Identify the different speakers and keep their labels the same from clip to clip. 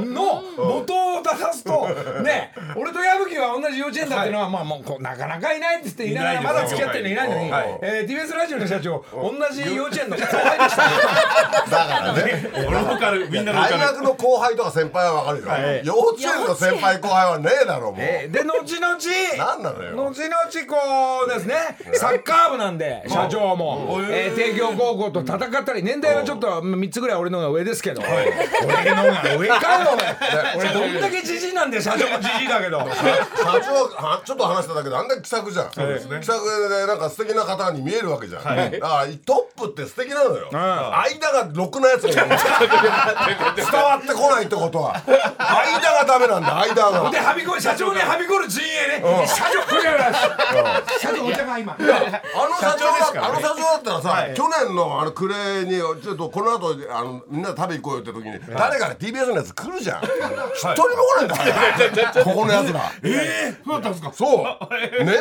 Speaker 1: のの元を正すと、ね、俺と矢吹は同じ幼稚園だっていうのは、まあ、もうこうなかなかいないって言っていながら、
Speaker 2: い
Speaker 1: ま
Speaker 2: ないです
Speaker 1: だ付き合ってるのいないのに、
Speaker 3: はい
Speaker 1: えー、TBS ラジオの社長、同じ幼稚園の後輩でした。
Speaker 3: だからね
Speaker 2: 俺もかるみんなの
Speaker 3: 大
Speaker 2: か
Speaker 3: 学
Speaker 2: る。
Speaker 3: の後輩とか先輩はわかるよ幼稚園の先輩後輩はねえだろもう
Speaker 1: えーで、後々、
Speaker 3: 何なのよ
Speaker 1: 後々こうですね、サッカー部なんで、社長も、えー帝京高校と戦ったり、年代はちょっと3つぐらい俺の方が上ですけど、俺の方が上かよ、お前俺どんだけじじいなんで、社長もじじいだけど。
Speaker 3: 社長はちょっと話しただけであんだけ気さくじゃん、気さくでなんか素敵な方に見えるわけじゃん、だからトップって素敵なのよ、間がろくなやつがいる 伝わってこないってことは間がダメなんだ間が
Speaker 1: ではびこ社長にはびこる陣営ね、社長これやす社長お茶が今
Speaker 3: あの社長だあの社長だったらさ、去年のあの暮れにちょっとこの後あのみんなで食べ行こうよって時に、誰かで TBS のやつ来るじゃん、一人も来ないんだからここのやつらええそうだったんですかそう年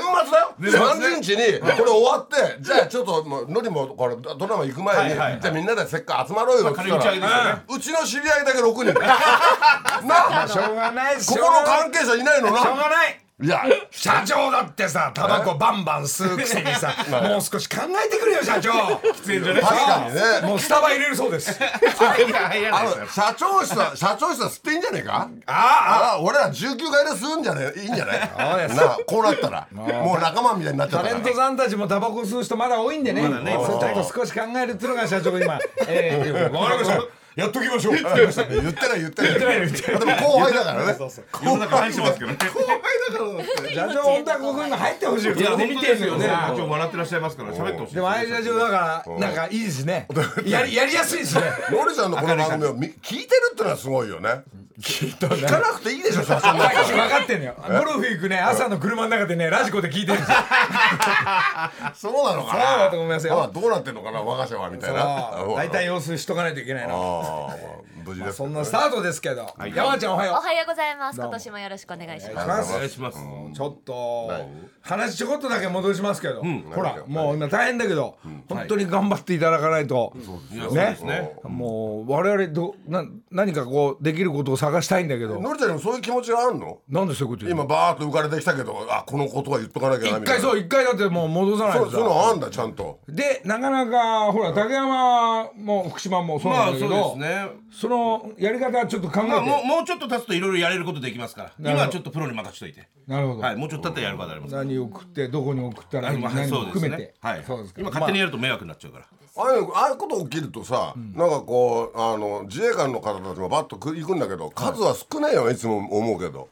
Speaker 3: 末だよ30日にこれ終わってじゃあちょっともうのりもこれドラマ行く前に、じゃあみんなでせっかく集まろうよって言った
Speaker 2: まあ軽い打ち上げですよ
Speaker 3: ら
Speaker 2: ね
Speaker 3: うんうちの知り合いだけ6人なあ
Speaker 1: しょうがないし
Speaker 3: こ
Speaker 1: ょう
Speaker 3: こ
Speaker 1: が
Speaker 3: の
Speaker 1: ない
Speaker 3: 関係者いないの
Speaker 1: しょう
Speaker 3: な
Speaker 1: がない
Speaker 3: いや
Speaker 1: 社長だってさタバコバンバン吸うくせに さもう少し考えてくれよ社長
Speaker 3: 確かにね
Speaker 1: もうスタバ入れるそう です
Speaker 3: あの社長室は社長室は吸っていいんじゃねえか
Speaker 1: ああ
Speaker 3: ああ俺ら19階で吸うんじゃねえいいんじゃないなあこうなったらもう仲間みたいになっちゃ
Speaker 1: タ
Speaker 3: った
Speaker 1: レ
Speaker 3: か
Speaker 1: ント
Speaker 3: ら
Speaker 1: さんたちもタバコ吸う人まだ多いんでね,、そうちょっと少し考えるっていうのが社長が今 ええわかりましたやっときましょう
Speaker 3: 言ってない言ってないでも後輩だからね
Speaker 2: 世の中愛してますけどね。
Speaker 1: 社長本当はここ今入ってほしいよ
Speaker 2: いや
Speaker 1: ここ
Speaker 2: 本
Speaker 1: で
Speaker 2: 当
Speaker 1: 見て
Speaker 2: で
Speaker 1: ん
Speaker 2: す
Speaker 1: の
Speaker 2: よ
Speaker 1: よ
Speaker 2: ね。
Speaker 1: ね
Speaker 2: 今日笑ってらっしゃいますから喋ってほしい。
Speaker 1: でもああいう社長だからなんかいいですねやりやりやすいですね
Speaker 3: ノリさんのこの番組をみ聞いてるってのはすごいよね聞かなくていいでしょ写真なん
Speaker 1: 高
Speaker 3: か
Speaker 1: 橋分かってんのよゴルフ行くね朝の車の中でねラジコで聞いてるんです よ
Speaker 3: そうなのか な
Speaker 1: そうだと思いますよ
Speaker 3: あどうなってんのかな我が社はみたいな
Speaker 1: そう大体様子しとかないといけない
Speaker 3: ああ
Speaker 1: な
Speaker 3: 無事ですけどね
Speaker 1: そんなスタートですけど山ちゃんおは
Speaker 4: お
Speaker 1: よ
Speaker 4: はようございます。今年もよろしくお願いし
Speaker 1: うお
Speaker 4: ます。
Speaker 1: 願い
Speaker 2: お
Speaker 1: し
Speaker 2: 願
Speaker 1: ま
Speaker 2: い
Speaker 1: す
Speaker 2: します。
Speaker 1: ちょっと
Speaker 3: 何
Speaker 1: 話ちょこっとだけ戻しますけどほ
Speaker 3: 何
Speaker 1: ら
Speaker 3: よ
Speaker 1: もう今大変だけど本当に頑張っていただかないと
Speaker 2: いやそうで
Speaker 1: ね
Speaker 2: すね。
Speaker 1: もう我々どな何かこうできることを探したいんだけど
Speaker 3: のりちゃんにもそういう気持ちがあるの
Speaker 1: なんでそういうこと言うの
Speaker 3: 今バーッと浮かれてきたけどあこのことは言っとかなきゃな
Speaker 1: 一
Speaker 3: みたい
Speaker 1: 回
Speaker 3: な
Speaker 1: そう一回だってもう戻さない
Speaker 3: そ
Speaker 1: と
Speaker 3: う
Speaker 1: さ
Speaker 3: そういうのあんだちゃんと
Speaker 1: でなかなかほら竹山も福島もそう
Speaker 2: ま
Speaker 1: な
Speaker 2: あ
Speaker 1: んだけ
Speaker 2: そうです
Speaker 1: ど
Speaker 2: ね。
Speaker 1: そのやり方はちょっと考え
Speaker 2: まあもう
Speaker 1: て
Speaker 2: もうちょっと経つといろいろやれることできますから。
Speaker 1: なる
Speaker 2: 今
Speaker 1: ほど
Speaker 2: はちょっとプロに任しといて。
Speaker 1: なるほど
Speaker 2: はい。もうちょっと経ったらやることあります。
Speaker 1: 何送ってどこに送ったらいい
Speaker 2: まあ
Speaker 1: 何
Speaker 2: そ
Speaker 1: も
Speaker 2: うです
Speaker 1: 含め
Speaker 2: ね
Speaker 1: て。
Speaker 2: はい。
Speaker 1: そうですか
Speaker 2: 今勝手に
Speaker 1: ま
Speaker 2: やると迷惑になっちゃうから。
Speaker 3: ああいうああいうこと起きるとさ、なんかこうあの自衛官の方たちもバッとく行くんだけど数は少ないよねいつも思うけど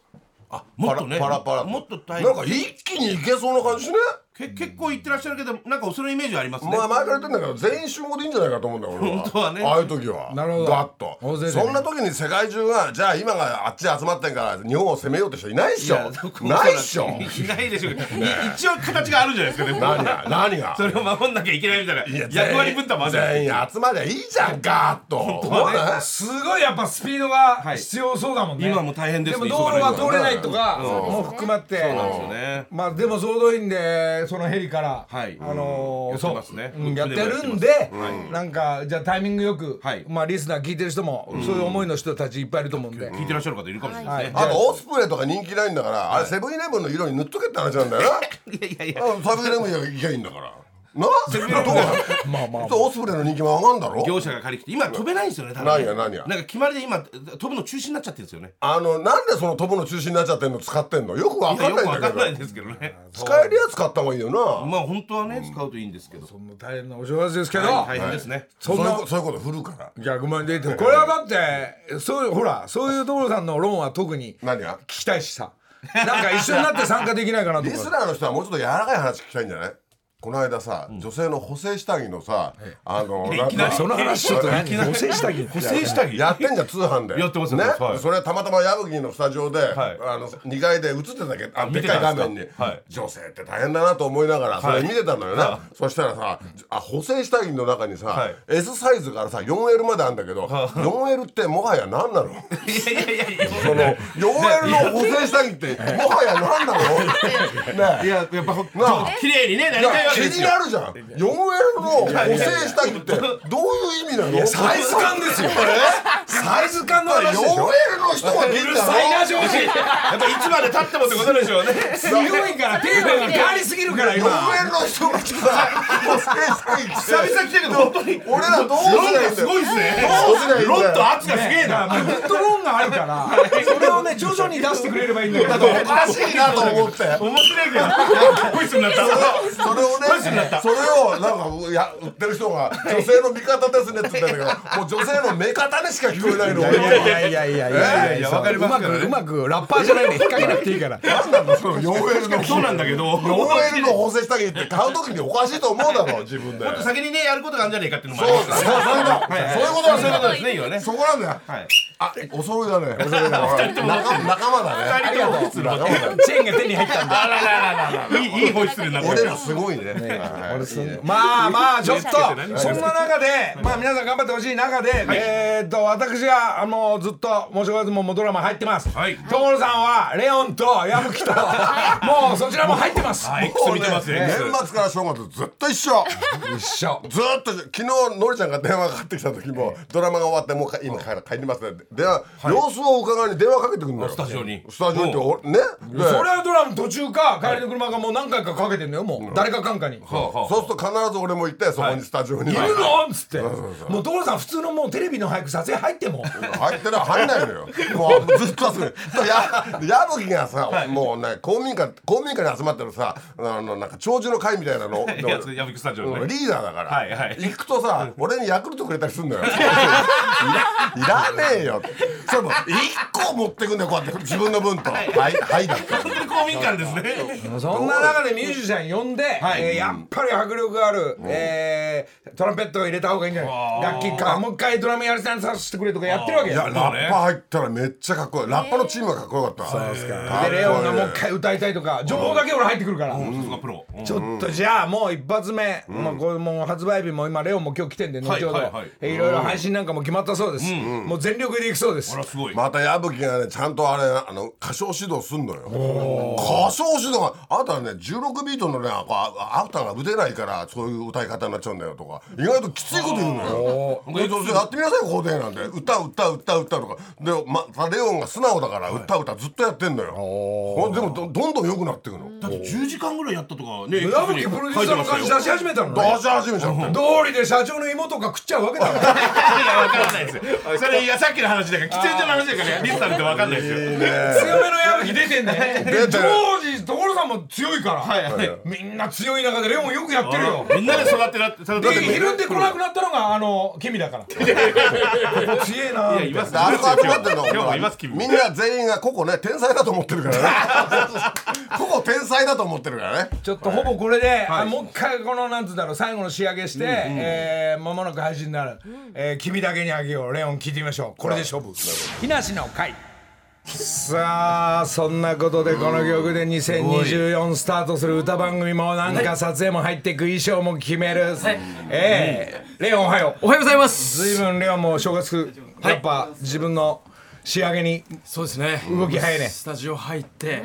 Speaker 2: あもっとね。
Speaker 3: パラパラパラ
Speaker 2: もっと大
Speaker 3: な
Speaker 2: 変
Speaker 3: ん。か一気に行けそうな感じしね
Speaker 2: け結構言ってらっしゃるけどなんかそのイメージはありますね。
Speaker 3: まあ前から言ってんだけど全員集合でいいんじゃないかと思うんだよ俺は
Speaker 2: 本当はね
Speaker 3: ああいう時は
Speaker 1: なるほど
Speaker 3: ガッ
Speaker 1: 大勢
Speaker 3: と
Speaker 1: で
Speaker 3: そんな時に世界中がじゃあ今があっち集まってんから日本を攻めようって人いないっしょ
Speaker 2: やそこ
Speaker 3: ないっしょ
Speaker 2: いないでしょうけど。い一応形があるじゃないですかね。
Speaker 3: 何が何が
Speaker 2: それを守んなきゃいけないみたい
Speaker 3: いや
Speaker 2: な役割分担もあるじゃない
Speaker 3: 全員集まりゃいいじゃんガーッと 思わない
Speaker 1: あすごいやっぱスピードが
Speaker 2: い
Speaker 1: 必要そうだもんね
Speaker 2: 今も大変です
Speaker 1: でも
Speaker 2: ね
Speaker 1: 道路は通れないとかも含まって
Speaker 2: そうなんですよね。
Speaker 1: まあでも総動員でそのヘリからあ
Speaker 2: はい
Speaker 1: のー
Speaker 2: やって
Speaker 1: そ
Speaker 2: ま
Speaker 1: う
Speaker 2: すね
Speaker 1: うんやってるん
Speaker 2: や
Speaker 1: でなんかじゃあタイミングよく
Speaker 2: はい
Speaker 1: まあリスナー聞いてる人もそういう思いの人たちいっぱいいると思うんで
Speaker 2: 聞いてらっしゃる方いるかもしれないですね。
Speaker 3: あとオスプレイとか人気ないんだからあれセブンイレブンの色に塗っとけって話なんだ よな
Speaker 2: いやいやいや。
Speaker 3: あのセブンイレブン行けばいいんだからなセブンイレ ブン
Speaker 1: まあまあ
Speaker 3: オスプレイの人気も上がんだろ
Speaker 2: 業者が借りてきて今飛べないんですよね多分
Speaker 3: 何が何が
Speaker 2: なんか決まりで今飛ぶの中止になっちゃってるんですよね
Speaker 3: あのなんでその飛ぶの中心になっちゃってんの使ってんのよくわ
Speaker 2: い
Speaker 3: か
Speaker 2: や
Speaker 3: ん
Speaker 2: よ
Speaker 3: な
Speaker 2: く
Speaker 3: い
Speaker 2: わ
Speaker 3: ん
Speaker 2: か
Speaker 3: だ
Speaker 2: んな
Speaker 3: け
Speaker 2: い
Speaker 3: ど
Speaker 2: ですけどね
Speaker 3: 使えるやつ買った方がいいよな
Speaker 2: まあ本当はね使うといいんですけど
Speaker 1: 大変なお正月ですけど
Speaker 2: 大変ですね
Speaker 3: そういうことそういうこと振るから
Speaker 1: 逆万で言ってこれはだってそういうほらそういう所さんの論は特に聞
Speaker 3: 何が
Speaker 1: きたいしさなんか一緒になって参加できないかなと
Speaker 3: リ ス
Speaker 1: か
Speaker 3: ナーの人はもうちょっと柔らかい話聞きたいんじゃないこの間さ、女性の補正下着のさ、あの
Speaker 2: いきなり
Speaker 1: その話ちょっと何
Speaker 2: いきなり
Speaker 1: 補正したけ
Speaker 2: 補正下着
Speaker 3: やってんじゃん通販で
Speaker 2: やってます
Speaker 3: ね
Speaker 2: やってますはい
Speaker 3: それはたまたま矢吹のスタジオで、
Speaker 2: はい
Speaker 3: あの2階で映ってたけどあで
Speaker 2: 見
Speaker 3: ってか
Speaker 2: た
Speaker 3: い画
Speaker 2: んですか
Speaker 3: 面に、
Speaker 2: はい
Speaker 3: 女性って大変だなと思いながらそれ見てたのよな、そしたらさあ補正下着の中にさ、
Speaker 2: はい
Speaker 3: S サイズからさ 4L まであるんだけど、4L ってもはや何な の
Speaker 2: いやいやいやいや
Speaker 3: その 4L の補正下着ってもはや何 なのねえ
Speaker 2: やっぱほ
Speaker 3: なあ
Speaker 2: 綺麗にねないりたい
Speaker 3: や
Speaker 2: わ
Speaker 3: 気
Speaker 2: けです
Speaker 3: に
Speaker 2: よ
Speaker 3: なるじゃん 4L の補正下着ってどういう意味なの
Speaker 1: サイズ感ですよサイズ感の
Speaker 3: 4L
Speaker 1: 話でしょ
Speaker 3: の人が見るんだろ
Speaker 1: 上司
Speaker 2: やっぱいつまで経ってもってことでしょうね
Speaker 1: 強いからテーマが変わりすぎるから
Speaker 3: 4L
Speaker 1: 今
Speaker 3: の人が来た補正下着って
Speaker 2: 久々来たけど本当に
Speaker 3: 俺らどうすりゃいいんだ
Speaker 2: す
Speaker 3: よ
Speaker 2: ごいですね
Speaker 3: どうすりゃいいんだよ
Speaker 2: ロッと圧がすげえな
Speaker 1: まあグッドローンがあるからそれをね徐々に出してくれればいいんだけど
Speaker 3: おかしいなと思って
Speaker 2: 面白いけどホイッスルになった
Speaker 3: それをねそれをなんかや売ってる人が女性の味方ですねって言ってたけどもう女性の目方にしか聞こえないの俺
Speaker 1: い
Speaker 3: は
Speaker 1: やいやいやいやいや
Speaker 2: わかりますからね
Speaker 1: うまくうまくラッパーじゃないんで引っ掛けなくていいから
Speaker 3: 何なんだその 4L の
Speaker 2: そうなんだけど
Speaker 3: 4L の補正下着って買う時におかしいと思うだろ自分で
Speaker 2: 先にねやることがあるんじゃねえかっていうのもあ
Speaker 3: そう
Speaker 2: り
Speaker 3: だ
Speaker 2: ます
Speaker 3: そうだそういうことなん
Speaker 2: そういうこと
Speaker 3: だ
Speaker 2: ですね今ね
Speaker 3: そこなんだよ
Speaker 2: はい
Speaker 3: あお揃いだねお揃いだね仲仲間だね
Speaker 2: 二人ともホイッスル
Speaker 3: 仲間だね
Speaker 1: チェーンが手に入ったんだ
Speaker 2: あららららいいいいホイッスルになった
Speaker 3: 俺らすごいねはい
Speaker 1: 俺すんまあまあちょっと
Speaker 2: 気をつけてね
Speaker 1: そんな中でまあ皆さん頑張ってほしい中でえーっと私があのずっともう正月ももうドラマ入ってます
Speaker 2: はい
Speaker 1: 所さんはレオンと矢吹ともうそちらも入ってます
Speaker 2: あ X 見てますよ
Speaker 3: 年
Speaker 2: X
Speaker 3: 末から正月ずっと一緒
Speaker 1: 一緒
Speaker 3: ずーっと昨日のりちゃんが電話かかってきた時もドラマが終わってもうか今から帰りますね電話様子を伺いに電話かけてくるのよ
Speaker 2: スタジオに
Speaker 3: スタジオっておねで
Speaker 1: それはドラム途中か帰りの車がもう何回かかけてんのよもう誰かかんかに「
Speaker 2: はあはあ
Speaker 3: そうすると必ず俺も行ってそこにスタジオに
Speaker 1: いる
Speaker 3: 入
Speaker 1: の?」っつってもう所さん普通のもうテレビの早く撮影入っても
Speaker 3: ってる入んないのよもうずっとすぐや矢吹がさもうね公民館公民館に集まってるさあのなんか長寿の会みたいなの
Speaker 2: いやそれヤビクスタジオのね
Speaker 3: リーダーだから、
Speaker 2: はいはい
Speaker 3: 行くとさ俺にヤクルトくれたりすんのよいらいらねえよそれも1個持ってくんだよこうやって自分の分とはいはいだ って
Speaker 2: 本当に公民館ですね。
Speaker 1: そんな中でミュージシャン呼んで、
Speaker 2: はい
Speaker 1: えーやっぱり迫力がある、えートランペットを入れた方がいいんじゃない楽器かもう一回ドラムやりさせてくれとかやってるわけ
Speaker 3: い
Speaker 1: よ
Speaker 3: やラッパ入ったらめっちゃかっこいいラッパのチームがかっこよかったそうです
Speaker 1: でレオンがもう一回歌いたいとか情報だけ俺入ってくるから、
Speaker 2: さすがプロ。うん
Speaker 1: ちょっとじゃあもう一発目、まあ、これもう発売日も今レオンも今日来てんで後ほど、
Speaker 2: はいいはいはい
Speaker 1: ろいろ配信なんかも決まったそうです、もう全力でいくそうです
Speaker 2: あらすごい。
Speaker 3: また矢吹がねちゃんとあれあの歌唱指導すんのよ歌唱指導があなたはね16ビートのねこうあアフターが打てないからそういう歌い方になっちゃうんだよとか意外ときついこと言うのよでどうせやってみなさいここでなんで歌歌歌歌とかでまたレオンが素直だから歌歌ずっとやってんのよほんでもどどんどん良くなっていくの
Speaker 2: だって10時間ぐらいやったとかね。
Speaker 1: 矢吹プロデューサーの感じ出し始めたの
Speaker 3: 出
Speaker 1: ね
Speaker 3: し始めちゃって
Speaker 1: 道理で社長の妹が食っちゃうわけだから
Speaker 2: いや、わからないですよ。それ、いや、さっきの話だから、喫煙所の話だから、リスさんってわかんないですよ。
Speaker 1: 強めの矢吹出てんね
Speaker 3: 出てる
Speaker 1: 当時所さんも強いから、みんな強い中でレオンよくやってるよ
Speaker 2: みんなで育てら育てら
Speaker 1: で拾ってこなくなったのがあの君だから 強えな
Speaker 2: やいます
Speaker 3: であれが集まってんの
Speaker 2: 今日もいます君
Speaker 3: みんな全員がここね天才だと思ってるからね ここ天才だと思ってるからね
Speaker 1: ちょっとほぼこれで、あもう一回このなんつうんだろう最後の仕上げして、えー間もなく配信になる、えー君だけにあげようレオン聞いてみましょうこれで勝負日梨の会さあそんなことでこの曲で2024スタートする歌番組もなんか撮影も入っていく衣装も決める、えーレオンおはよう
Speaker 5: おはようございます
Speaker 1: ずいぶんレオンも正月やっぱ自分の仕上げに
Speaker 5: そうですね
Speaker 1: 動き早いね
Speaker 5: スタジオ入って、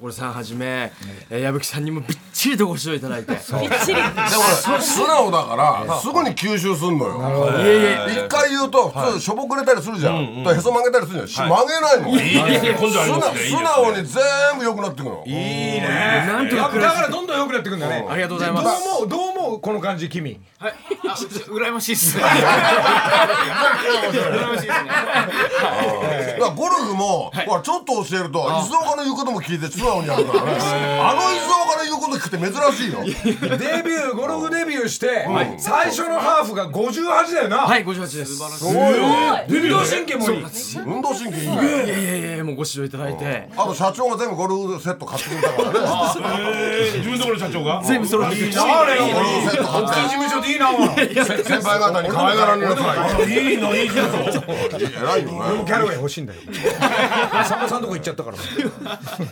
Speaker 5: 所さんはじめ、えー矢吹さんにもびっちりとご指導いただいてい
Speaker 3: でも俺素直だからすぐに吸収すんのよ
Speaker 5: えいえ
Speaker 3: 一回言うと普通しょぼくれたりするじゃんだからへそ曲げたりするじゃん曲げないの
Speaker 2: いいですね、今度あ
Speaker 3: 素
Speaker 2: りま
Speaker 3: 直
Speaker 2: すね。
Speaker 3: 素直に全部良くなってくの
Speaker 5: なんと
Speaker 1: だ
Speaker 5: か
Speaker 1: か
Speaker 5: 暮らし
Speaker 1: らどんどん良くなってくんだね
Speaker 5: ありがとうございま
Speaker 1: どう
Speaker 5: す
Speaker 1: 思うどう思うこの感じ君
Speaker 5: はいあちょっと羨ましいっ す羨ましいっすね
Speaker 3: だからゴルフもほらちょっと教えると伊豆岡の言うことも聞いて素直にやるからねあの伊豆岡の言うこと聞くって珍しいよ
Speaker 1: デビ ューゴルフデビューして、最初のハーフが58だよな、
Speaker 5: はい58です素晴らし
Speaker 1: 運動神経もいい
Speaker 3: 運動神経いいね
Speaker 5: いやいやいやもうご指導いただいて
Speaker 3: あと社長が全部ゴルフセット買ってくれたからね
Speaker 2: えー自分のところの社長が。
Speaker 5: 全部揃って
Speaker 1: なあれ
Speaker 3: ゴルフセット買っ
Speaker 1: 大きい事務所でいいなお前キ
Speaker 3: て先輩方に可愛がられるから
Speaker 2: あいいの、いい人だぞ。
Speaker 3: 偉いよね
Speaker 1: ャラが欲しいんだよさんまさんとこ行っちゃったから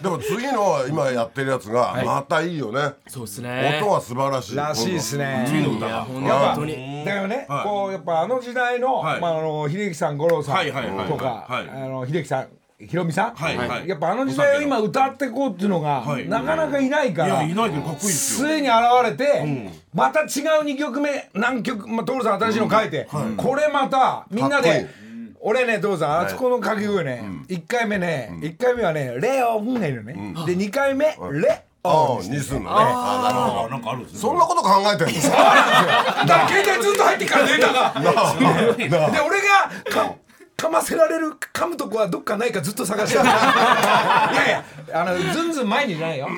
Speaker 3: でも次の今やってるやつがまたいいよね、
Speaker 5: そうですね
Speaker 3: 音は素晴らしい
Speaker 1: らしいですね
Speaker 5: いや
Speaker 1: やっ
Speaker 5: 本
Speaker 1: ぱ
Speaker 5: 当
Speaker 1: だ
Speaker 5: に
Speaker 1: からね、こうやっぱあの時代の、
Speaker 2: はい
Speaker 1: まああの秀樹さん五郎さん
Speaker 2: はいはいはいはい
Speaker 1: とか、
Speaker 2: はい
Speaker 1: あの秀樹さんひろみさん、
Speaker 2: はいはい
Speaker 1: やっぱあの時代を今歌っていこうっていうのが、
Speaker 2: はい
Speaker 1: なかなかいないか
Speaker 2: い
Speaker 1: ら、
Speaker 2: や、いないけど、かっこいいです
Speaker 1: つ
Speaker 2: よ。
Speaker 1: いに現れて、また違う2曲目何曲、まあ、所さん新しいの書いて、これまたみんな
Speaker 3: かっこいい
Speaker 1: で。俺ね、所さん、あそこの掛け声ね、1回目ね、1回目はね、レオンがいるのね。で、2回目、レオン。
Speaker 3: うんにすんのねあなるほ
Speaker 2: あ、なんかあるんですね。
Speaker 3: どそんなこと考えてるんですか
Speaker 1: だから携帯ずっと入ってっからデータが。で、 俺がか、かませられる、噛むとこはどっかないかずっと探してる。いやいや、あの、ずんずん前にじゃないよ。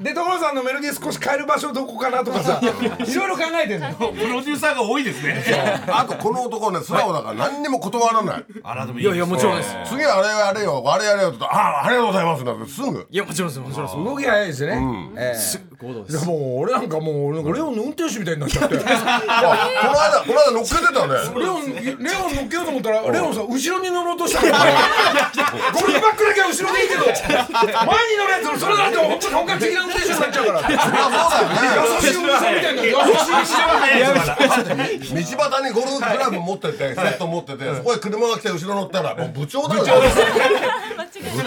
Speaker 1: で、所さんのメロディー少し変える場所どこかなとかさ、いろいろ考えてんのよ。
Speaker 2: プロデューサーが多いですね。
Speaker 3: あとこの男ね素直だから何にも断らない
Speaker 2: あら、でもい
Speaker 5: い
Speaker 2: いで
Speaker 5: や
Speaker 2: す
Speaker 5: い
Speaker 2: ね。
Speaker 5: やもちろんです
Speaker 3: 次あれやれよあれやれよって言ったらああありがとうございますなんてすぐ
Speaker 5: いやもちろんですもちろんです
Speaker 1: 動き早いですね。ええ
Speaker 5: 行動で
Speaker 1: いや
Speaker 5: す
Speaker 1: もう俺なんかもう俺なんかレオンの運転手みたいになっちゃってレ
Speaker 3: あこの間この間乗っけてたね
Speaker 1: オンレオン乗っけようと思ったらレオンさ後ろに乗ろうとしたのゴルフバックだけは後ろでいいけど前に乗るやつそれだって本当に本格的な運転手になっちゃうから
Speaker 3: そりゃ
Speaker 1: 優しいお店みたいな優しい店
Speaker 3: そうだよね道端にゴルフクラブ持っててセット持っててそこへ車が来て後ろ乗ったらもう部長だよ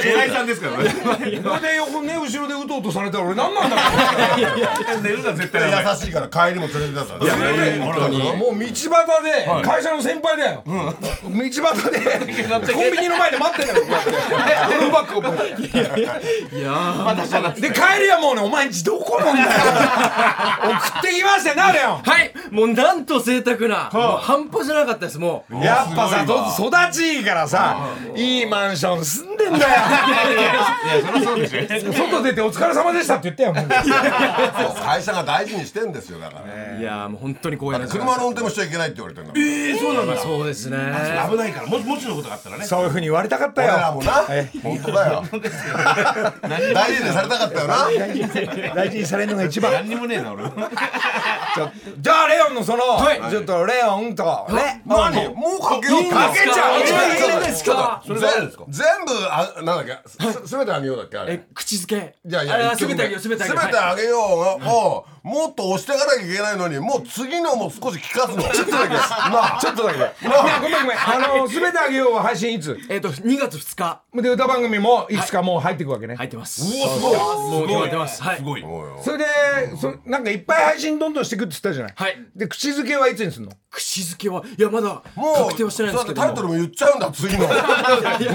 Speaker 2: 偉いさんですからね。
Speaker 1: それで横ね後ろで打とうとされたら俺何なんだろ
Speaker 2: 寝るのは絶対やば
Speaker 3: 優
Speaker 2: い。
Speaker 3: しいから帰りも連れてったから
Speaker 1: うねもう道端で会社の先輩だよ道端でコンビニの前で待ってんだよこうやってゴルフバッグを持って
Speaker 5: いや
Speaker 2: 私じゃなくて
Speaker 1: で帰りはもうねお前んちどこなんだ よ送ってきましたよなレオン
Speaker 5: はいもうなんと贅沢なもう半端じゃなかったですもう
Speaker 1: やっぱさど育ちいいからさいいマンション住んでんだよ外出てお疲れ様でしたって言ったよもう
Speaker 3: 会社が大事にしてんですよだから
Speaker 5: いやーもう本当に光栄
Speaker 3: 車の運転もしちゃいけないって言われてるんだもん
Speaker 5: そうなんだそうですね
Speaker 2: 危ないから、もしもしのことがあったらね。
Speaker 1: そういうふうに言われたかった
Speaker 3: 俺ら
Speaker 1: よ
Speaker 3: もな本当だよ大事にされたかったよな
Speaker 1: 大事にされるのが一番
Speaker 2: 何にもねえな俺。
Speaker 1: じゃあレオンのその、
Speaker 5: はい
Speaker 1: ちょっとレオンとレオン
Speaker 3: 何もうかけよう
Speaker 1: かけちゃう
Speaker 5: いいんですか
Speaker 3: 全全部あなんだっけすすべてあげようだっけあれ
Speaker 5: え口づけ
Speaker 3: じゃあい
Speaker 5: あれ
Speaker 3: や
Speaker 5: は
Speaker 3: 一曲目
Speaker 5: 全てあげよう全てあげよう
Speaker 3: 全てあげようがもうもっと押していかなきゃいけないのにもう次のも少し聞かすのちょっとだけなあ
Speaker 1: ちょっとだけあごめんごめんあの「すべてあげよう」は配信いつ
Speaker 5: えっと2月2日
Speaker 1: で歌番組もいつかもう入っていくわけね、
Speaker 5: 入ってます
Speaker 3: おすごい
Speaker 5: もう決まってますはい
Speaker 2: すごい。
Speaker 1: それでそなんかいっぱい配信どんどんしていくって言ったじゃない、
Speaker 5: はい
Speaker 1: で口づけはいつにすんの
Speaker 5: 口づけはいやまだ
Speaker 3: もう
Speaker 5: 確定はしてないんですけど
Speaker 3: そうだってタイトルも言っちゃうんだ次のな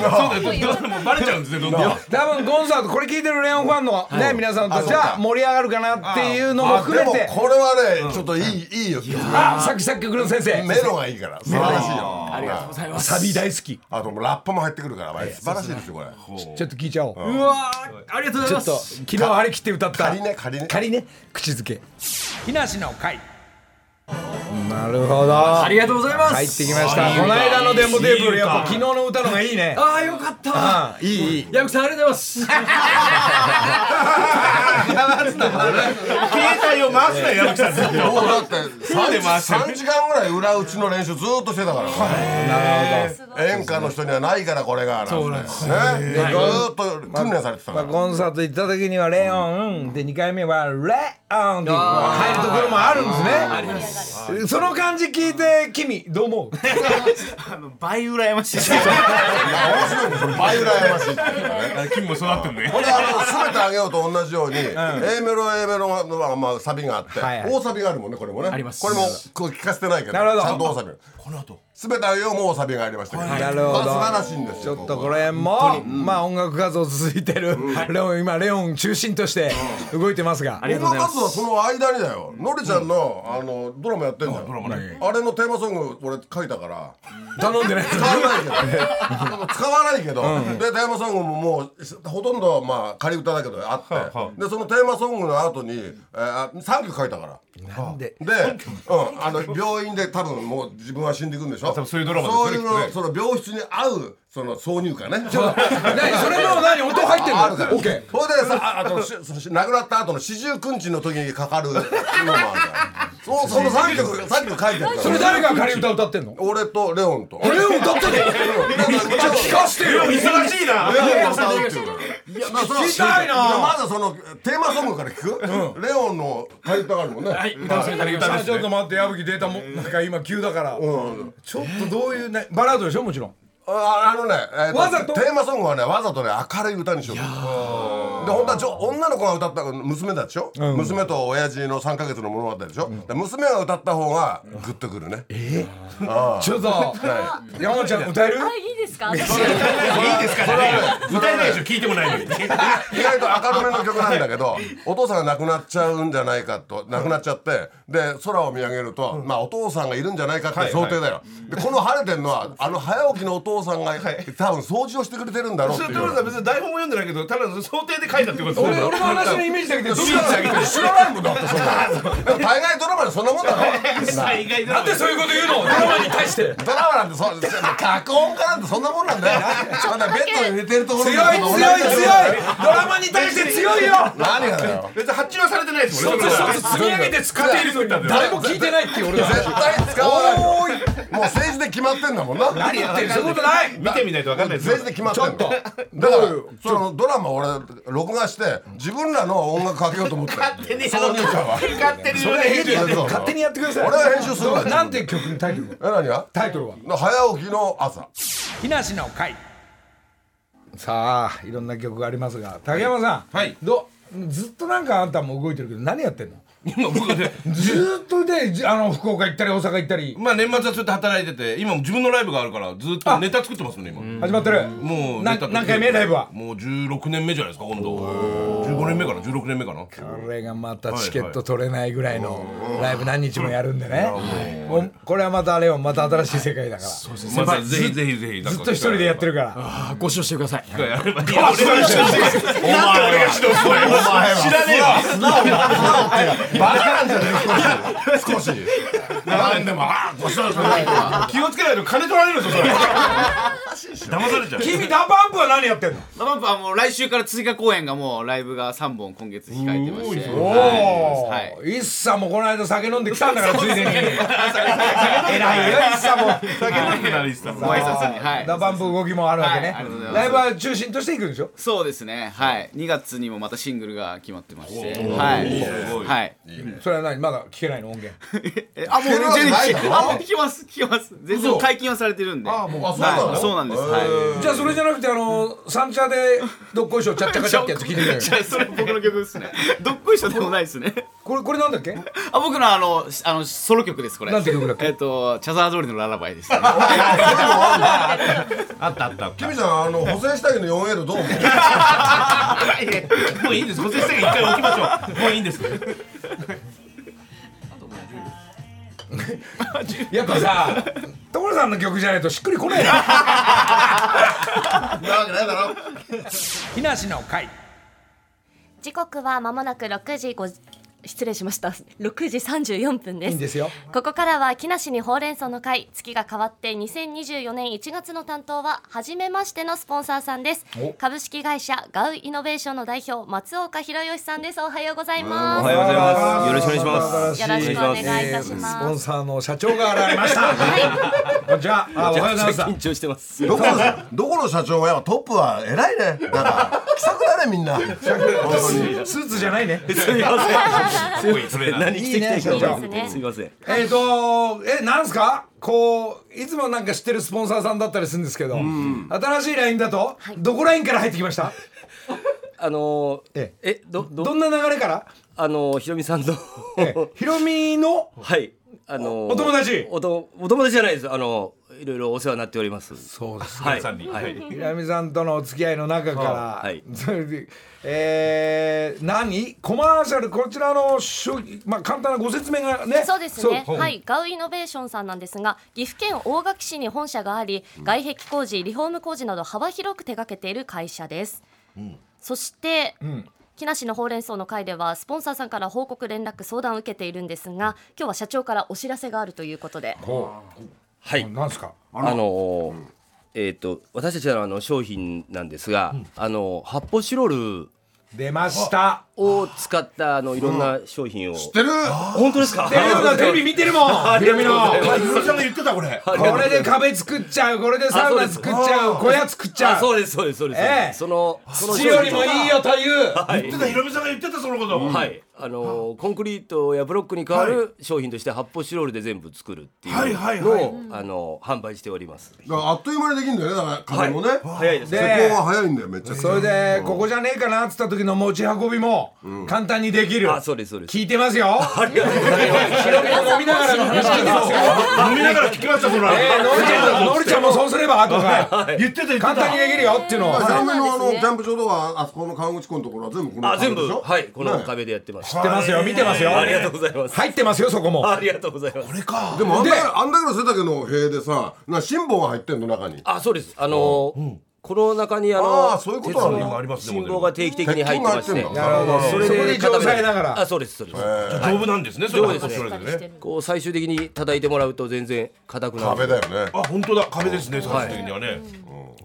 Speaker 3: あ
Speaker 2: どうしてもバレちゃうんですねどんどん。あ
Speaker 1: 多分コンサートこれ聞いてるレオンファンの、ね皆さんとじゃあ盛り上がるかなっていうのも
Speaker 3: あ
Speaker 1: 含
Speaker 3: で
Speaker 1: め
Speaker 3: も
Speaker 1: て
Speaker 3: これはねちょっといいいいよ
Speaker 1: あ作詞作曲の先生
Speaker 3: メロがいいから素晴らしいよ
Speaker 5: ありがとうございます
Speaker 1: サビ大好き
Speaker 3: あともうラッパも入ってくるから素晴らしいですよこれ
Speaker 1: ちょっと聞いちゃおう、
Speaker 5: うわーありがとうござい
Speaker 1: ちょ
Speaker 5: ま
Speaker 1: っと
Speaker 5: す
Speaker 1: 昨日張り切って歌った
Speaker 3: 仮ね仮ね
Speaker 1: 仮ね口づけ木梨の会なるほど
Speaker 5: ありがとうございます
Speaker 1: 入ってきましたこの間のデモテープよりやっぱ昨日の歌の方がいいね
Speaker 5: ああよかった
Speaker 1: あいいいい
Speaker 5: 矢吹さんありがとうございます
Speaker 2: 携帯を回すな矢吹さん。
Speaker 3: もうだ って3
Speaker 2: で回してる
Speaker 3: 時間ぐらい裏打ちの練習ずーっとしてたから演歌の人にはないからこれがそうなんですねでずーっと訓練されてた
Speaker 1: まあ、
Speaker 3: から
Speaker 1: コンサート行った時にはレオンで2回目はレオンで入るところもあるんですねその感じ聞いて君どう思う
Speaker 5: 倍羨ましい
Speaker 3: いや面白いねそれ倍羨ましいっていうかね
Speaker 2: 君も育ってんね
Speaker 3: こ。れあの全てあげようと同じように A メロ A メロのまあまあサビがあって
Speaker 1: はいはい
Speaker 3: 大サビがあるもんねこれもね
Speaker 5: あります
Speaker 3: これもこう聞かせてないけどち
Speaker 1: なるほど
Speaker 3: ゃんと大サビ
Speaker 2: この後。
Speaker 3: 全てあげようも大サビがありましたけど
Speaker 1: なるほど
Speaker 3: まあ素晴らしいんです
Speaker 1: ち
Speaker 3: よ
Speaker 1: ょっとこれもまあ音楽活動続いてるレオン今レオン中心として動いてますが
Speaker 5: ありがとうございま
Speaker 3: 音楽活動はその
Speaker 5: す
Speaker 3: 間にだよのりちゃんのあのドラマやってんだよあれのテーマソング俺書いたから
Speaker 1: 頼んでない
Speaker 3: 使わないけど使わないけどでテーマソングももうほとんどまあ仮歌だけどあってでそのテーマソングの後にえーあ3曲書いたから
Speaker 1: なんで
Speaker 3: で、うん、あの病院で多分もう自分は死んでいくんでしょ多
Speaker 2: 分そういうドラマで
Speaker 3: そういう
Speaker 2: それ
Speaker 3: のその病室に合うその挿入歌ね
Speaker 1: 何それの何音入ってんの
Speaker 3: あるから
Speaker 1: オッケー
Speaker 3: それでさああとしそし亡くなった後の四十九日の時にかかるのもあるからそうその3曲3曲書いてるから
Speaker 1: それ誰が仮歌歌ってんの
Speaker 3: 俺とレオンと
Speaker 1: レオン歌ってんの聞かしてよ
Speaker 2: 忙しいな。
Speaker 3: レオンが歌うっていうからいやまあその
Speaker 1: 聞きたいな
Speaker 3: やまずそのテーマソングから聞く、レオンの歌いたがるもんね、
Speaker 5: はい歌わせていただきました
Speaker 1: さあちょっと待って矢吹データもなんか今急だからちょっとどういうねバラードでしょもちろん
Speaker 3: ああのね、えー
Speaker 1: わざと
Speaker 3: テーマソングはねわざとね明るい歌にしようと思ってで本当はちょ女の子が歌った娘たちでしょ、娘と親父の3か月の物語でしょ、で娘が歌った方がグッとくるね、
Speaker 1: ちょっと山本ちゃん歌える
Speaker 4: あいいですか。
Speaker 2: いいですかね。歌えないでしょ聞いてもないのに。
Speaker 3: 意外と明るめの曲なんだけどお父さんが亡くなっちゃうんじゃないかと亡くなっちゃってで空を見上げると、まあお父さんがいるんじゃないかって想定だよ、でこの晴れてるのはあの早起きのお父さんが、多分掃除をしてくれてるんだろうっ
Speaker 2: そ
Speaker 3: てい
Speaker 2: れ
Speaker 3: う
Speaker 2: トロさん別に台本も読んでないけどただの想定で書いたってこと
Speaker 1: 俺俺の 話のイメージだけでどっち
Speaker 3: 知らない知らないもんだってそんなでも大概ドラマでそんなもんだろ
Speaker 2: 災害だ
Speaker 1: なんでそういうこと言うのドラマに対して
Speaker 3: ドラマなんてそ脚本家なんてそんなもんなんだよまだベッドに寝てるところ
Speaker 1: 強い強い強いドラマに対して強いよ
Speaker 3: 何がだよ
Speaker 2: 別に発注はされてないですもんね。
Speaker 1: 一つ一つ積み上げて使っているのに誰も聞いてないっていう俺が
Speaker 3: 絶対使わないもう政治で決まってんだもんな
Speaker 1: 何言ってるそういうことない
Speaker 2: 見てみないとわかんないですよ
Speaker 3: 政治で決まってんの
Speaker 1: ちょっ
Speaker 3: だからそのドラマ俺録画して自分らの音楽かけようと思って
Speaker 2: 勝手に
Speaker 3: その兄ちゃんは
Speaker 2: 勝手に
Speaker 1: それは編集やって
Speaker 3: そう
Speaker 1: 勝手にやってください
Speaker 3: 俺は編集するわ
Speaker 1: どうなんていう曲のタイトルは
Speaker 3: え何が
Speaker 1: タイトルは
Speaker 3: 早起きの朝
Speaker 1: 木梨の会さあいろんな曲がありますが竹山さん、
Speaker 2: はい
Speaker 1: どずっとなんかあんたも動いてるけど何やってんの
Speaker 2: 今僕ね
Speaker 1: ずーっとでじあの福岡行ったり大阪行ったり
Speaker 2: まあ年末はずっと働いてて今も自分のライブがあるからずっとネタ作ってますもんね今
Speaker 1: 始まってる
Speaker 2: もう
Speaker 1: な
Speaker 2: ネタと
Speaker 1: 何回目ライブは
Speaker 2: もう16年目じゃないですか今度15年目かな16年目かな
Speaker 1: これがまたチケット取れないぐらいのライブ何日もやるんでね、もうこれはまたあれよまた新しい世界だからず
Speaker 2: まあぜひぜひぜひ
Speaker 1: っと一人でやって
Speaker 2: る
Speaker 1: るから
Speaker 5: あご視聴してください
Speaker 2: やればいや俺が一緒にしてなんで俺が指導するの知らねえわ
Speaker 3: バカなんじゃねえ少し少し
Speaker 2: 何でもああご指導する気をつけないと金取られるぞそれしいでしょ騙されちゃう
Speaker 1: 君ダパンプは何やってんの
Speaker 5: まあまあまあ、もう来週から追加公演がもうライブが3本今月控えてまして。
Speaker 1: おお、、
Speaker 5: はい
Speaker 1: イッサもこの間酒飲んできたんだからついでに偉いよイッサも
Speaker 2: 酒飲んでなりした
Speaker 5: ご挨拶に。はい。
Speaker 1: ダパンプ動きもあるわけね、
Speaker 5: はいありがとうございます
Speaker 1: ライブは中心としていくんでしょ
Speaker 5: そうですね。はい。2月にもまたシングルが決まってまして。はい。はい。
Speaker 1: それは何まだ聞けないの音源
Speaker 5: えあ、もう全然聞け、あ、もう聞きます、聞きます。全然解禁はされてるんで。
Speaker 3: あもうあそうな
Speaker 5: は
Speaker 3: の
Speaker 5: い、そうなんです。は
Speaker 1: じゃあそれじゃなくてあの三茶でどっこいしょちゃっちゃかちゃってやつ聞いてみよう
Speaker 5: い。
Speaker 1: よ
Speaker 5: じゃあ、それ僕の曲ですね。どっこいしょでもないですね。
Speaker 1: これこれなんだっけ
Speaker 5: あ、僕のあの、しあの、ソロ曲です、これ。
Speaker 1: なんて曲だっけ
Speaker 5: えっと、チャザー通りのララバイですね。
Speaker 2: あったあったあった
Speaker 3: 君ちゃんあの補正下着の 4L どう思う
Speaker 2: もういいです。骨折したから一回置きましょう。もういいんです。
Speaker 1: やっぱさ所さんの曲じゃないとしっくりこ ないな
Speaker 3: なわけないだろ
Speaker 1: 日梨の会
Speaker 4: 時刻は間もなく6時5失礼しました6時34分です
Speaker 1: いいんですよ
Speaker 4: ここからは木梨にほうれん草の会月が変わって2024年1月の担当は初めましてのスポンサーさんです
Speaker 1: お
Speaker 4: 株式会社ガウイノベーションの代表松岡弘義さんですおはようございます
Speaker 6: おはようございます。よろしくお願いします。
Speaker 4: よろしくお願いい
Speaker 1: え
Speaker 4: たし
Speaker 1: ー
Speaker 4: ます
Speaker 1: スポンサーの社長が現れましたこんにちはあおはようございました
Speaker 6: 緊張してます。
Speaker 3: どこのどこの社長はやっぱトップは偉いねだから気さくだねみんな本当に
Speaker 1: スーツじゃないね
Speaker 6: すみません。
Speaker 2: それな
Speaker 6: 何着てきて
Speaker 4: いいです
Speaker 6: る
Speaker 4: ね
Speaker 6: か。すみません。
Speaker 1: えっとえなんすかこういつもなんか知ってるスポンサーさんだったりするんですけど新しいラインだとどこラインから入ってきました
Speaker 6: あのー
Speaker 1: え
Speaker 6: えどど
Speaker 1: どんな流れ から
Speaker 6: あのーひろみさんと
Speaker 1: えひろみの
Speaker 6: はいあのー
Speaker 1: お友達
Speaker 6: おとお友達じゃないです。あのーいろいろお世話になっております。
Speaker 1: そうです
Speaker 6: はい
Speaker 2: さんに
Speaker 6: はい。
Speaker 1: ひらみさんとのお付き合いの中から、
Speaker 6: はい
Speaker 1: それで えー、何コマーシャルこちらのしょ、まあ、簡単なご説明がね
Speaker 4: そうですね。
Speaker 1: そう
Speaker 4: はい、ガウイノベーションさんなんですが、岐阜県大垣市に本社があり、外壁工事、リフォーム工事など幅広く手掛けている会社です。そして、木梨のほうれん草の会ではスポンサーさんから報告連絡相談を受けているんですが今日は社長からお知らせがあるということで
Speaker 6: はい。
Speaker 1: なんですか
Speaker 6: あのーえっ、と私たちのあの商品なんですが、あのー発泡スチロール
Speaker 1: 出ました
Speaker 6: を使ったあのいろんな商品を、
Speaker 3: てる
Speaker 6: 本当ですか？
Speaker 1: テレビのテレビ見てるもんひらみの
Speaker 3: ゆうちゃんが言ってたこれ
Speaker 1: これで壁作っちゃうこれでサウナ作っちゃう小屋作っち
Speaker 6: あ
Speaker 1: ゃ
Speaker 6: そううですそうですそうです。
Speaker 1: ええ
Speaker 6: そのその
Speaker 1: 土よりもいいよという
Speaker 2: 言ってたひろみさんが言ってたそのこと。
Speaker 6: はい、あのーコンクリートやブロックに代わる商品として発泡スチロールで全部作るっていう
Speaker 2: はいはい
Speaker 6: の
Speaker 2: は
Speaker 6: を、あのー販売しております。
Speaker 3: あっという間にできるんだよねだから壁もね
Speaker 6: 早いです
Speaker 3: 施
Speaker 6: ね。
Speaker 3: 工は早いんだよめっちゃ
Speaker 1: それでここじゃねえかなっつった時の持ち運びも簡単にできる、
Speaker 6: あ、そうですそうです。
Speaker 1: 聞いてますよありがとうございますひろみの飲みながらの話聞いてますよ
Speaker 2: 飲みながら聞きましたその。
Speaker 1: えー、のりちゃんのりちゃんもそうすればとか
Speaker 2: 言ってた言って
Speaker 1: 簡単に
Speaker 2: た。
Speaker 1: できるよっていうのを
Speaker 3: 3面のあのキャンプ場とかあそこの川口湖のところは全部この
Speaker 6: あ、全
Speaker 3: 壁で
Speaker 6: 部
Speaker 3: しょ
Speaker 6: はい、この壁でやってます。
Speaker 1: 知ってますよ見てますよ
Speaker 6: ありがとうございます。
Speaker 1: 入ってますよそこも
Speaker 6: ありがとうございます。
Speaker 3: でもあんだ
Speaker 1: で
Speaker 3: けあんだけの背丈の塀でさな辛抱が入ってんの中に
Speaker 6: あ、そうです。あのーこの中にあ
Speaker 3: あ
Speaker 6: の
Speaker 3: ーそういうこと
Speaker 6: 鉄
Speaker 3: な
Speaker 6: の
Speaker 3: んだ
Speaker 2: ありますね
Speaker 6: 信号が定期的に入ってまして、
Speaker 3: 鉄筋が
Speaker 1: なるほど
Speaker 6: そ
Speaker 1: そ
Speaker 6: れ
Speaker 1: こ
Speaker 6: で
Speaker 1: に常在なが
Speaker 6: あ、
Speaker 1: ら
Speaker 6: そうですそうです。
Speaker 2: 丈夫なんですね。
Speaker 6: 丈夫ですね
Speaker 2: それ発泡スチロールでね。
Speaker 6: こう最終的に叩いてもらうと全然硬くなる。
Speaker 3: 壁だよね
Speaker 2: あ本当だ壁ですね最終的にはね。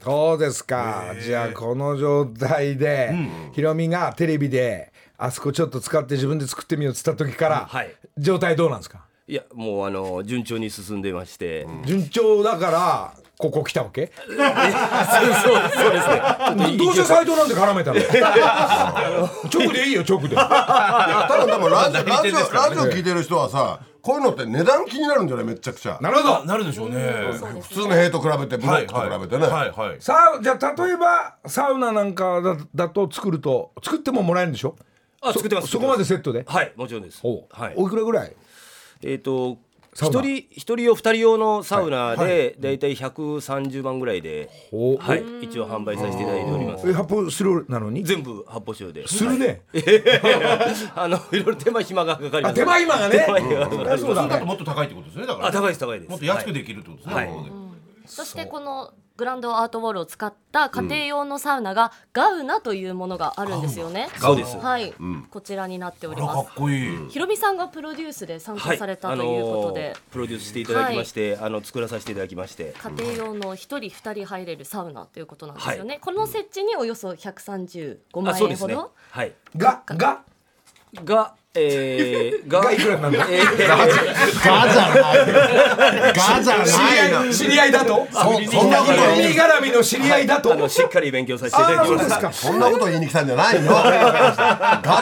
Speaker 1: そうですかじゃあこの状態で、ひろみがテレビであそこちょっと使って自分で作ってみようっつった時から、
Speaker 6: はい
Speaker 1: 状態どうなんですか
Speaker 6: いや、もうあのー順調に進んでまして。
Speaker 1: 順調だからここ来たわ け
Speaker 6: そうそうそうですね。
Speaker 1: どうして斎藤なんで絡めた の直でいいよ直で
Speaker 3: ただでもラジオラ
Speaker 2: 何言って
Speaker 3: ジ
Speaker 2: んです
Speaker 3: オ
Speaker 2: か
Speaker 3: ラジオ聞いてる人はさこういうのって値段気になるんじゃないめっちゃくちゃ
Speaker 1: なるほど
Speaker 2: なるでしょうね。
Speaker 3: 普通の塀と比べてブロ
Speaker 2: は
Speaker 3: ッ
Speaker 2: い
Speaker 3: クと
Speaker 2: はい
Speaker 3: 比べてね
Speaker 2: はいはい。
Speaker 1: さあじゃあ例えばサウナなんかだだと作ると作ってももらえるんでしょ
Speaker 6: あ作ってます
Speaker 1: そそこまでセットで
Speaker 6: はい、もちろんです。
Speaker 1: お,、
Speaker 6: はい。
Speaker 1: おいくらぐらい
Speaker 6: えっ、と。
Speaker 1: サウ
Speaker 6: 一
Speaker 1: ナ
Speaker 6: 人一人用二人用のサウナでだいたい130万ぐらいで、
Speaker 1: お
Speaker 6: はい、一応販売させていただいております
Speaker 1: え発泡スチロールなのに
Speaker 6: 全部発泡酒で
Speaker 1: するね、
Speaker 6: あのいろいろ手間暇がかかります
Speaker 1: あ手間暇がね
Speaker 6: 手間暇がかかり
Speaker 1: そう
Speaker 6: ま
Speaker 1: だ
Speaker 2: だ
Speaker 1: ね
Speaker 2: ともっと高いってことですねだか
Speaker 6: すあ
Speaker 2: ら。
Speaker 6: 高いです高いです
Speaker 2: もっと安くできるってことですね。
Speaker 6: はい
Speaker 2: なるほど
Speaker 4: そしてこのグランドアートウォールを使った家庭用のサウナがガウナというものがあるんですよね。
Speaker 6: ガウナガウです
Speaker 4: はい、こちらになっており
Speaker 2: か
Speaker 4: ま
Speaker 2: っ
Speaker 4: す。
Speaker 2: こいい。
Speaker 4: ひろみさんがプロデュースで参加されたということで、
Speaker 6: あのープロデュースしていただきまして、あの作らさせていただきまして、
Speaker 4: 家庭用の一人二人入れるサウナということなんですよね。
Speaker 6: は
Speaker 4: この設置におよそ135
Speaker 6: あ
Speaker 4: 万
Speaker 6: そう
Speaker 4: 円
Speaker 6: です
Speaker 4: ほ
Speaker 6: ね
Speaker 4: ど。
Speaker 6: はい
Speaker 1: がが
Speaker 6: がえ ー、が
Speaker 1: がいくらなんだ
Speaker 6: えー
Speaker 7: ガザないガザないな
Speaker 1: 知り合いだと
Speaker 7: そそんなこと
Speaker 1: 意味絡みの知り合いだと
Speaker 6: あのしっかり勉強させていただきました
Speaker 3: そんなこと言いに来たんじゃないのガ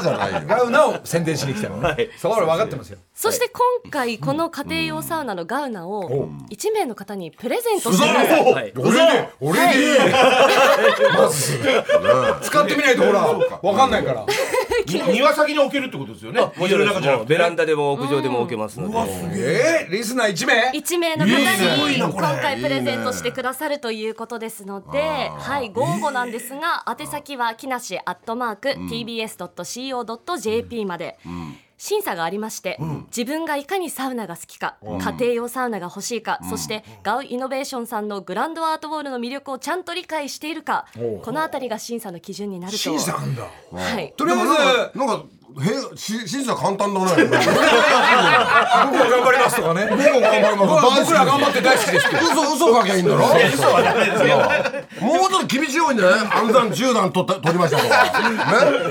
Speaker 3: じゃないよ
Speaker 1: ガウナを宣伝しに来たのね、
Speaker 6: い
Speaker 1: そこら分かってますよ
Speaker 4: そして今回この家庭用サウナのガウナを1名の方にプレゼントしてください。
Speaker 6: はい
Speaker 3: 俺で俺 で
Speaker 1: 使ってみないとほら分かんないから
Speaker 2: に庭先に置けるってことですよね。
Speaker 6: もちろん
Speaker 2: 家の
Speaker 6: で
Speaker 2: 中
Speaker 6: す
Speaker 2: じゃな
Speaker 6: も
Speaker 2: く
Speaker 6: う
Speaker 2: て
Speaker 6: ベランダでも屋上でも置けますので、
Speaker 1: えー、リスナー1名
Speaker 4: 1名の方に今回プレゼントしてくださるということですので、はい、ご応募なんですが、宛先は木梨アットマーク tbs.co.jp まで。審査がありまして、自分がいかにサウナが好きか、家庭用サウナが欲しいか、そしてガウイノベーションさんのグランドアートウォールの魅力をちゃんと理解しているか、このあたりが審査の基準になると。
Speaker 1: 審査あんだ
Speaker 4: はい。
Speaker 1: とりあえず
Speaker 3: なんかへし審査簡単だね
Speaker 1: 僕も頑張りますとかね
Speaker 3: 僕も頑張ります
Speaker 1: 僕ら頑張って大好きですけど
Speaker 3: 嘘嘘かきゃいいんだろ嘘はダメですよもうちょっと厳しい方がいいんじゃない暗算10段取った取りましたとか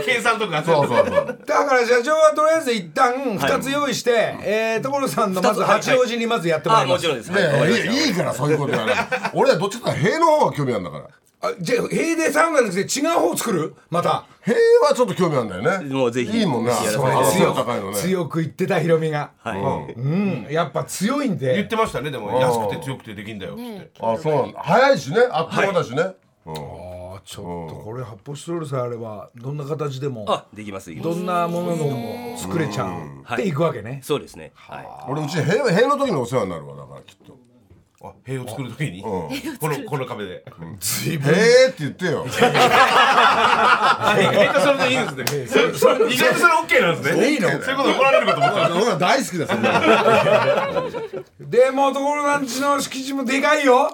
Speaker 3: ね
Speaker 2: 計算とか全部
Speaker 3: そうそうそう
Speaker 1: だから社長はとりあえず一旦2つ用意して、えー、所さんのまず八王子にまずやってもら
Speaker 6: あ
Speaker 1: いま
Speaker 6: も
Speaker 1: す
Speaker 6: ちろんです、はいわかりま
Speaker 3: ね
Speaker 6: した
Speaker 3: いいいいからそういうことやね俺はどっちかっていうと塀の方が興味あるんだから
Speaker 1: あじゃあ平でサウナで違う方作るまた
Speaker 3: 塀はちょっと興味あるんだよね
Speaker 6: もうぜひ
Speaker 3: いいもんな
Speaker 6: やらせて
Speaker 3: そう
Speaker 6: もらいま
Speaker 3: 背
Speaker 6: す
Speaker 3: が高いのね
Speaker 1: 強く言ってたヒロミが、
Speaker 6: はい
Speaker 1: うんやっぱ強いんで
Speaker 2: 言ってましたねでも安くて強くてできんだよっつって。
Speaker 3: あそうなんだ早いしねあっという間だしね
Speaker 1: あちょっとこれ発泡スチロールさえあればどんな形でも
Speaker 6: あできますできま
Speaker 1: ど
Speaker 6: す
Speaker 1: んなものでも作れちゃうっていくわけね、
Speaker 6: そうですねは
Speaker 3: 俺うち塀塀の時にお世話になるわだからきっと
Speaker 2: あ塀を作るときに、このこの壁で。
Speaker 3: 塀って言ってよ
Speaker 2: 意外とそれでいいんですね。それ意外とそれオッケーなんですね。いいの。そういうこと怒られるかと思った。
Speaker 3: 俺は大好きです
Speaker 1: でも所さんちの敷地もでかいよ
Speaker 6: い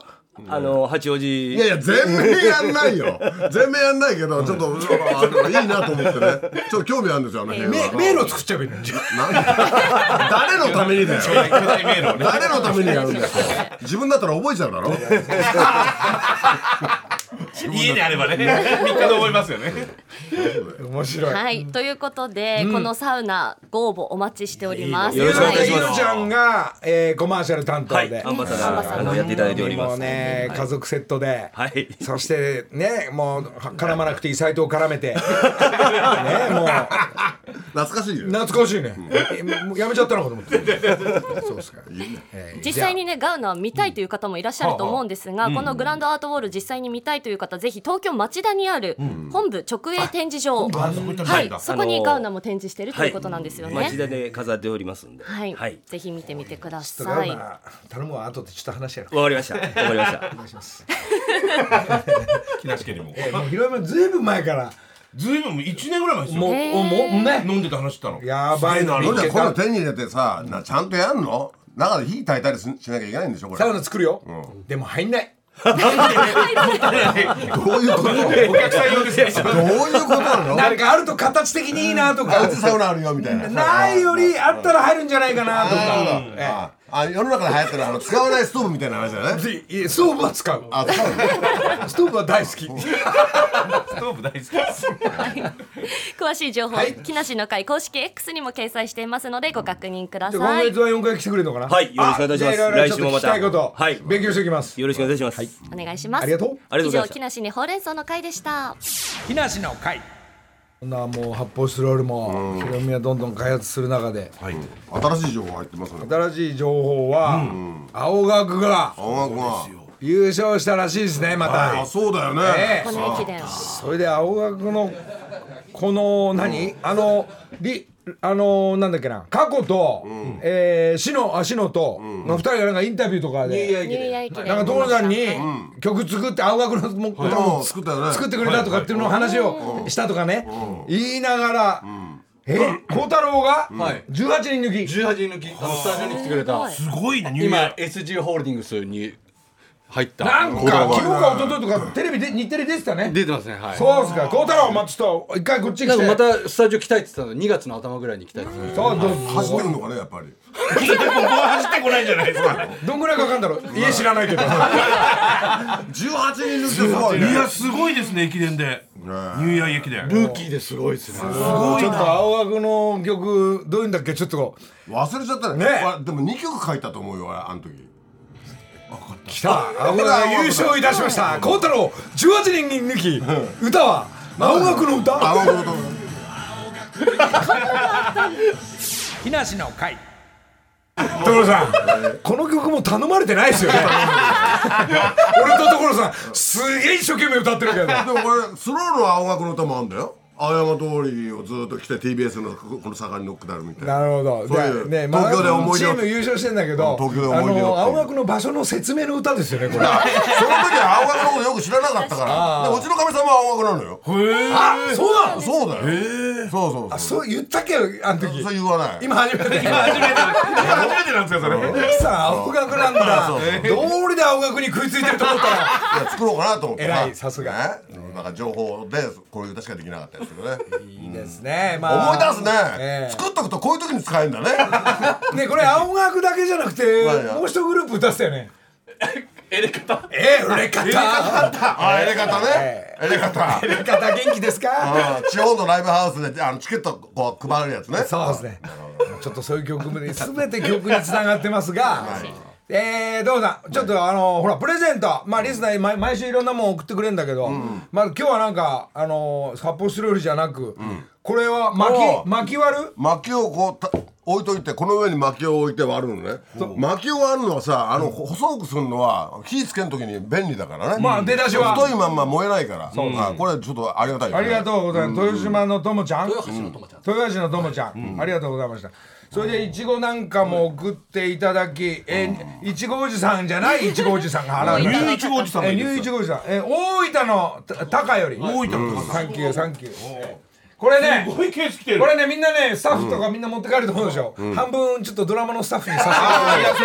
Speaker 6: あの八王子
Speaker 3: いやいや全面やんないよ 全面やんないけどちょっとあのいいなと思ってねちょっと興味あるんですよあの塀は
Speaker 1: め迷路作っちゃえばいいのに
Speaker 3: なんで誰のためにだよ
Speaker 2: 巨大迷路をね。
Speaker 3: 誰のためにやるんだよ自分だったら覚えちゃうだろ
Speaker 2: 家にあればね、三日で思いますよね。
Speaker 1: 面白い
Speaker 4: はい、ということで、このサウナご応募お待ちしております。
Speaker 6: よろしくお願いし
Speaker 1: ゆ
Speaker 6: ま
Speaker 1: う
Speaker 6: す
Speaker 1: ちゃんが、えー、コマーシャル担当
Speaker 6: はい、
Speaker 1: で、
Speaker 6: アンバサ
Speaker 4: アンバ
Speaker 6: ダ
Speaker 4: サダ
Speaker 6: ー
Speaker 4: ー
Speaker 6: あのやっていただいておりま
Speaker 1: もう
Speaker 6: す
Speaker 1: ね、家族セットで、
Speaker 6: はい
Speaker 1: そしてねもうは絡まなくていい斎藤を絡めてねもう
Speaker 3: 懐かしいよ
Speaker 1: 懐かしいね、えもうやめちゃったのかと思ってそうですか
Speaker 4: 実際にねガウナは見たいという方もいらっしゃると思うんですが、このグランドアートウォール実際に見たいという方ぜひ東京町田にある本部直営展示場、
Speaker 2: あそこ行ったら
Speaker 4: は
Speaker 2: ないん
Speaker 4: い
Speaker 2: だ、。
Speaker 4: そこにガウナも展示しているということなんですよね。は
Speaker 6: 町
Speaker 4: い
Speaker 6: 田で飾っておりますんではわ、
Speaker 4: ぜひ見てみてくだ
Speaker 1: ちょっとガ
Speaker 4: さ
Speaker 1: ウ
Speaker 4: い。
Speaker 1: ナ頼むわ後でちょっと話やろ
Speaker 6: かりましたわかりました
Speaker 2: 木梨家にも。
Speaker 1: うもうヒロミもずいぶん前から
Speaker 2: ずいぶん一年ぐらい前ですよ。
Speaker 1: もうおもうね
Speaker 2: 飲んでた話したの。
Speaker 1: やばいな
Speaker 3: そ
Speaker 1: 見
Speaker 3: れ
Speaker 1: つ
Speaker 3: じゃ
Speaker 1: け
Speaker 3: こういうの
Speaker 1: た
Speaker 3: 手に入れてさなちゃんとやんの中で火焚いたりししなきゃいけないんでしょこれ
Speaker 1: サウ
Speaker 3: ど
Speaker 1: ナ作るよ、でも入んないう
Speaker 3: いうことどういう
Speaker 2: お客さん用ですよ。
Speaker 3: ことなの
Speaker 1: なんかあると形的にいいなと
Speaker 3: あ
Speaker 1: か
Speaker 3: うちサウナあるよみたいな
Speaker 1: ないよりあったら入るんじゃないかなとかええ
Speaker 3: ああ世の中で流行ってるあの使わないストーブみたいな話だね
Speaker 1: でいやストーブは使う
Speaker 3: あ使うの
Speaker 1: ストーブは大好き
Speaker 2: ストーブ大好きです。
Speaker 4: 詳しい情報、
Speaker 1: はい
Speaker 4: 木梨の会公式 X にも掲載していますのでご確認くだ
Speaker 1: で今
Speaker 4: さい
Speaker 1: 月。は4回来てくれるのかな
Speaker 6: はいよろしくお願いします
Speaker 1: あじゃあろいろちょっと聞きたいこと
Speaker 6: 来週もまたはい
Speaker 1: 勉強しておきます
Speaker 6: よろしくお願いします、
Speaker 4: お願いします。
Speaker 1: ありがとう
Speaker 6: ありがとうござい
Speaker 4: 以上
Speaker 6: ました
Speaker 4: 木梨にほうれん草の会でした。
Speaker 1: 木梨の会こんなもう発泡スチロールもヒロミはどんどん開発する中で
Speaker 3: 新しい情報入ってますね
Speaker 1: 新しい情報は青学が
Speaker 3: 青学が
Speaker 1: 優勝したらしいですねま
Speaker 3: あ
Speaker 1: た
Speaker 3: そうだよね、
Speaker 1: ええ
Speaker 4: この駅伝。
Speaker 1: それで青学のこの何あのりあのなんだっけな過去と、えー、しのあしのと、の二人がなんかインタビューとかで
Speaker 4: ニューイヤー駅伝。
Speaker 1: なんか所さんに曲作って青学のもう歌
Speaker 3: う
Speaker 1: も
Speaker 3: ん作ったよね
Speaker 1: 作ってくれたとかっていうのを話をしたとかね言いながらえ孝太郎が
Speaker 7: はい
Speaker 1: 18人抜き
Speaker 7: 18人抜きあのスタジオに来てくれた
Speaker 2: すごいな、ニューイヤ
Speaker 7: 今
Speaker 2: ー。
Speaker 7: SG ホールディングスに入った
Speaker 1: なん
Speaker 7: 孝太
Speaker 1: か
Speaker 7: 郎が
Speaker 1: 昨日か一昨日とかテレビで日テレ出てたね
Speaker 7: 出てますねはい
Speaker 1: そうっすか孝太郎まあちょっと一回こっち
Speaker 7: な
Speaker 1: 来
Speaker 7: ん
Speaker 1: て
Speaker 7: かまたスタジオ来たいって言ってたの2月の頭ぐらいに来たいって言って
Speaker 1: そうどうぞ
Speaker 3: 走ってるのかねやっぱり
Speaker 2: 走ってこないじゃないですか。
Speaker 1: どんぐらいかかんだろう家知らないけど
Speaker 3: 18人抜きですご
Speaker 2: いやすごいですね駅伝で。ニューイヤー駅伝。
Speaker 7: ルーキーですごいですね
Speaker 1: ちょっと青学の曲どういうんだっけちょっと
Speaker 3: 忘れちゃったね
Speaker 1: ね
Speaker 3: わでも2曲書いたと思うよあの時
Speaker 1: 来た青学が優勝いたしました孝太郎18人抜き歌は青学の歌
Speaker 3: あのこと
Speaker 1: 木梨の会所さんこの曲も頼まれてないですよね 俺と所さんすげえ一生懸命歌ってるけど
Speaker 3: でもこれスローの青学の歌もあんだよ青山通りをずっと来て TBS のこの坂にノックダウンみたいな
Speaker 1: なるほど
Speaker 3: そういう
Speaker 1: でね
Speaker 3: 東京で思い出
Speaker 1: チ
Speaker 3: を
Speaker 1: ーム優勝してんだけど
Speaker 3: 東京で思い出を
Speaker 1: あの青学の場所の説明の歌ですよねこれあ
Speaker 3: その時は青学のことよく知らなかったからでうちのかみさんも青学なのよ
Speaker 1: そうなの
Speaker 3: そうだよそうそうそう
Speaker 1: そう言ったっけあの時
Speaker 3: そう言わない
Speaker 1: 今初めて
Speaker 2: 初めてなんですかそれ。
Speaker 1: さあ青学なんだ
Speaker 3: そうそう
Speaker 1: どうりで青学に食いついてると思ったら
Speaker 3: いや作ろうかなと思って
Speaker 1: 偉いさすが
Speaker 3: ねなんか情報でこういう歌しかできなかったですけどね
Speaker 1: いいですねま
Speaker 3: 思い
Speaker 1: あ
Speaker 3: 出すね
Speaker 1: ええ
Speaker 3: 作っとくとこういう時に使えるんだね
Speaker 1: ねこれ青学だけじゃなくて
Speaker 3: まあいや
Speaker 1: もう一グループ歌ってたよねえれ方えれ方
Speaker 3: あやり方ねやり方
Speaker 1: えれ方元気ですか
Speaker 3: ああ地方のライブハウスであのチケットこう配るやつね
Speaker 1: そうですねちょっとそういう曲まで全て曲につながってますがえー、どうだちょっとあのほらプレゼントまあリスナーに毎毎週いろんなもん送ってくれるんだけど、まあ今日はなんかあの発泡スチロールじゃなく、これは巻
Speaker 3: お
Speaker 1: き
Speaker 3: う
Speaker 1: 巻き割る
Speaker 3: 薪をこうた置いといてこの上に薪を置いて割るのね薪を割るのはさあのほ細くするのは火つけん時に便利だからね
Speaker 1: まあ出だしは
Speaker 3: 太いまんま燃えないからあこれちょっとありがたいよね
Speaker 1: ありがとうございます。豊島のともちゃん。豊橋のともちゃん。豊橋のともちゃん。ありがとうございました。それでいちごなんかも送っていただき、えいちごおじさんじゃないいちごおじさんが払う。
Speaker 2: ニューイチゴおじさんが
Speaker 1: え
Speaker 2: い
Speaker 1: ニュ
Speaker 2: る
Speaker 1: ー
Speaker 2: ん
Speaker 1: イ
Speaker 2: で
Speaker 1: チ
Speaker 2: す
Speaker 1: ゴおじさん。え大分のた高より。大
Speaker 2: 大分の高
Speaker 1: サンキューサンキュー。これね。
Speaker 2: すごいケース来てる
Speaker 1: こ。れねみんなねスタッフとかみんな持って帰ると思うでしょ、半分ちょっとドラマのスタッフに差し
Speaker 3: あーいやそ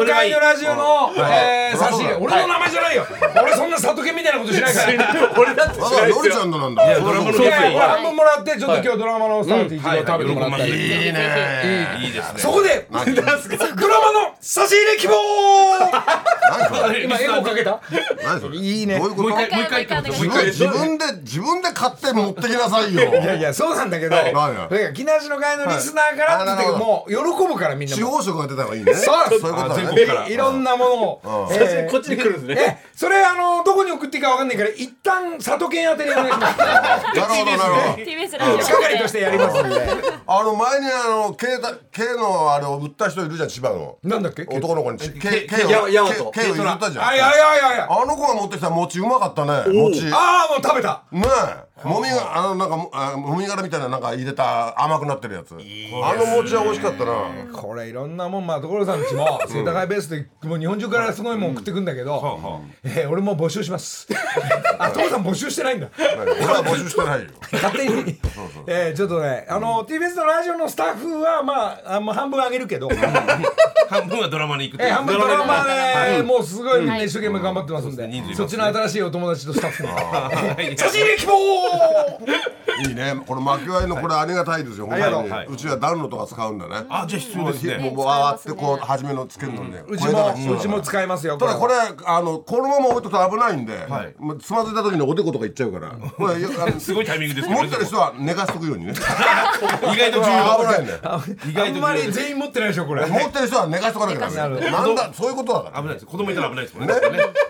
Speaker 1: 入
Speaker 3: れはいい
Speaker 1: れ木梨の会のラジオの、えー差し入れ俺の名前じゃないよ、俺そんな里犬みたいなことしないから
Speaker 3: だからのりちゃんのなんだ
Speaker 2: ドラマの
Speaker 1: い
Speaker 2: そう
Speaker 1: やいや半分もらってちょっと今日ドラマのスタッフで一度食べてもらったり、
Speaker 2: いいね。いいですね。
Speaker 1: そこでドラマの差し入れ希望
Speaker 3: 何それ
Speaker 1: 今エゴかけた
Speaker 3: 何それいいねどういうこと
Speaker 4: もう一回言って
Speaker 3: 自分自分で自分で買って持ってきなさいよ
Speaker 1: いやいやそうなんだけど、
Speaker 3: いはいはい
Speaker 1: それが木梨の会のリスナーからって言ってもう喜ぶからみんな
Speaker 3: 地
Speaker 1: も
Speaker 3: 方色が出た方がいいね
Speaker 1: そう
Speaker 3: いうことだ
Speaker 2: 全
Speaker 3: ね
Speaker 2: 国から
Speaker 1: いいろんなものを、えー
Speaker 5: こっちに来るんですね
Speaker 1: えそれあのどこに送っていいかわかんないから一旦佐渡県宛てにお願いします
Speaker 3: なるほどなるほど
Speaker 4: TBS ラジオで
Speaker 1: 仕掛かりとしてやりますんで
Speaker 3: あの前にあの K, だ K のあれを売った人いるじゃん千葉の
Speaker 1: なんだっけ
Speaker 3: 男の子に K, K,
Speaker 5: や
Speaker 3: を
Speaker 5: やおと
Speaker 3: K, K を言ったじゃん
Speaker 1: あいやいやいやいや
Speaker 3: あの子が持ってきた餅うまかったね餅ね
Speaker 1: ああもう食べた
Speaker 3: えもみがあのなんかもあもみ殻みたいななんか入れた甘くなってるやつあの餅は美味しかったな
Speaker 1: これいろんなもんまあ所さんちも世田谷ベースでもう日本中からすごいもん送ってくんだけど、えー俺も募集しますあ所さん募集してないんだ
Speaker 3: 俺は募集してないよ
Speaker 1: 勝手にえーちょっとねあの TBS のラジオのスタッフはまああの半分あげるけど
Speaker 2: 半分はドラマに行くとい
Speaker 1: え
Speaker 2: う。
Speaker 1: 半分ドラマでもうすごいね一生懸命頑張ってますん
Speaker 2: そうですね人
Speaker 1: です
Speaker 2: 数いまね
Speaker 1: そっちの新しいお友達とスタッフも
Speaker 2: 写真
Speaker 1: 希望
Speaker 3: いいねこの巻き割りのこれありがたいですよ本
Speaker 1: りがとう
Speaker 3: 当にうちは暖炉とか使うんだね
Speaker 2: あじゃあ必要ですね。
Speaker 3: もうわーってこう初めのつけるのにね
Speaker 1: う
Speaker 3: う
Speaker 1: ちもうちも使いますよ
Speaker 3: ただこれ
Speaker 1: は
Speaker 3: あのこのまま置いとくと危ないんで、
Speaker 2: はい
Speaker 3: もうつまずいた時におでことかいっちゃうからこれよあの
Speaker 2: すごいタイミングですね
Speaker 3: 持ってる人は寝かしとくようにね
Speaker 2: 意外と
Speaker 3: 危
Speaker 2: 重要。
Speaker 3: ないんだよ
Speaker 2: 意
Speaker 1: あ
Speaker 2: 外
Speaker 1: ん
Speaker 2: と
Speaker 1: ま
Speaker 2: 重要
Speaker 1: り全員持ってないでしょこれ
Speaker 3: 持ってる人は寝かしとかなきゃダメなんだそういうことだから
Speaker 2: 危ないです。子供いたら危ないですもんね。ね。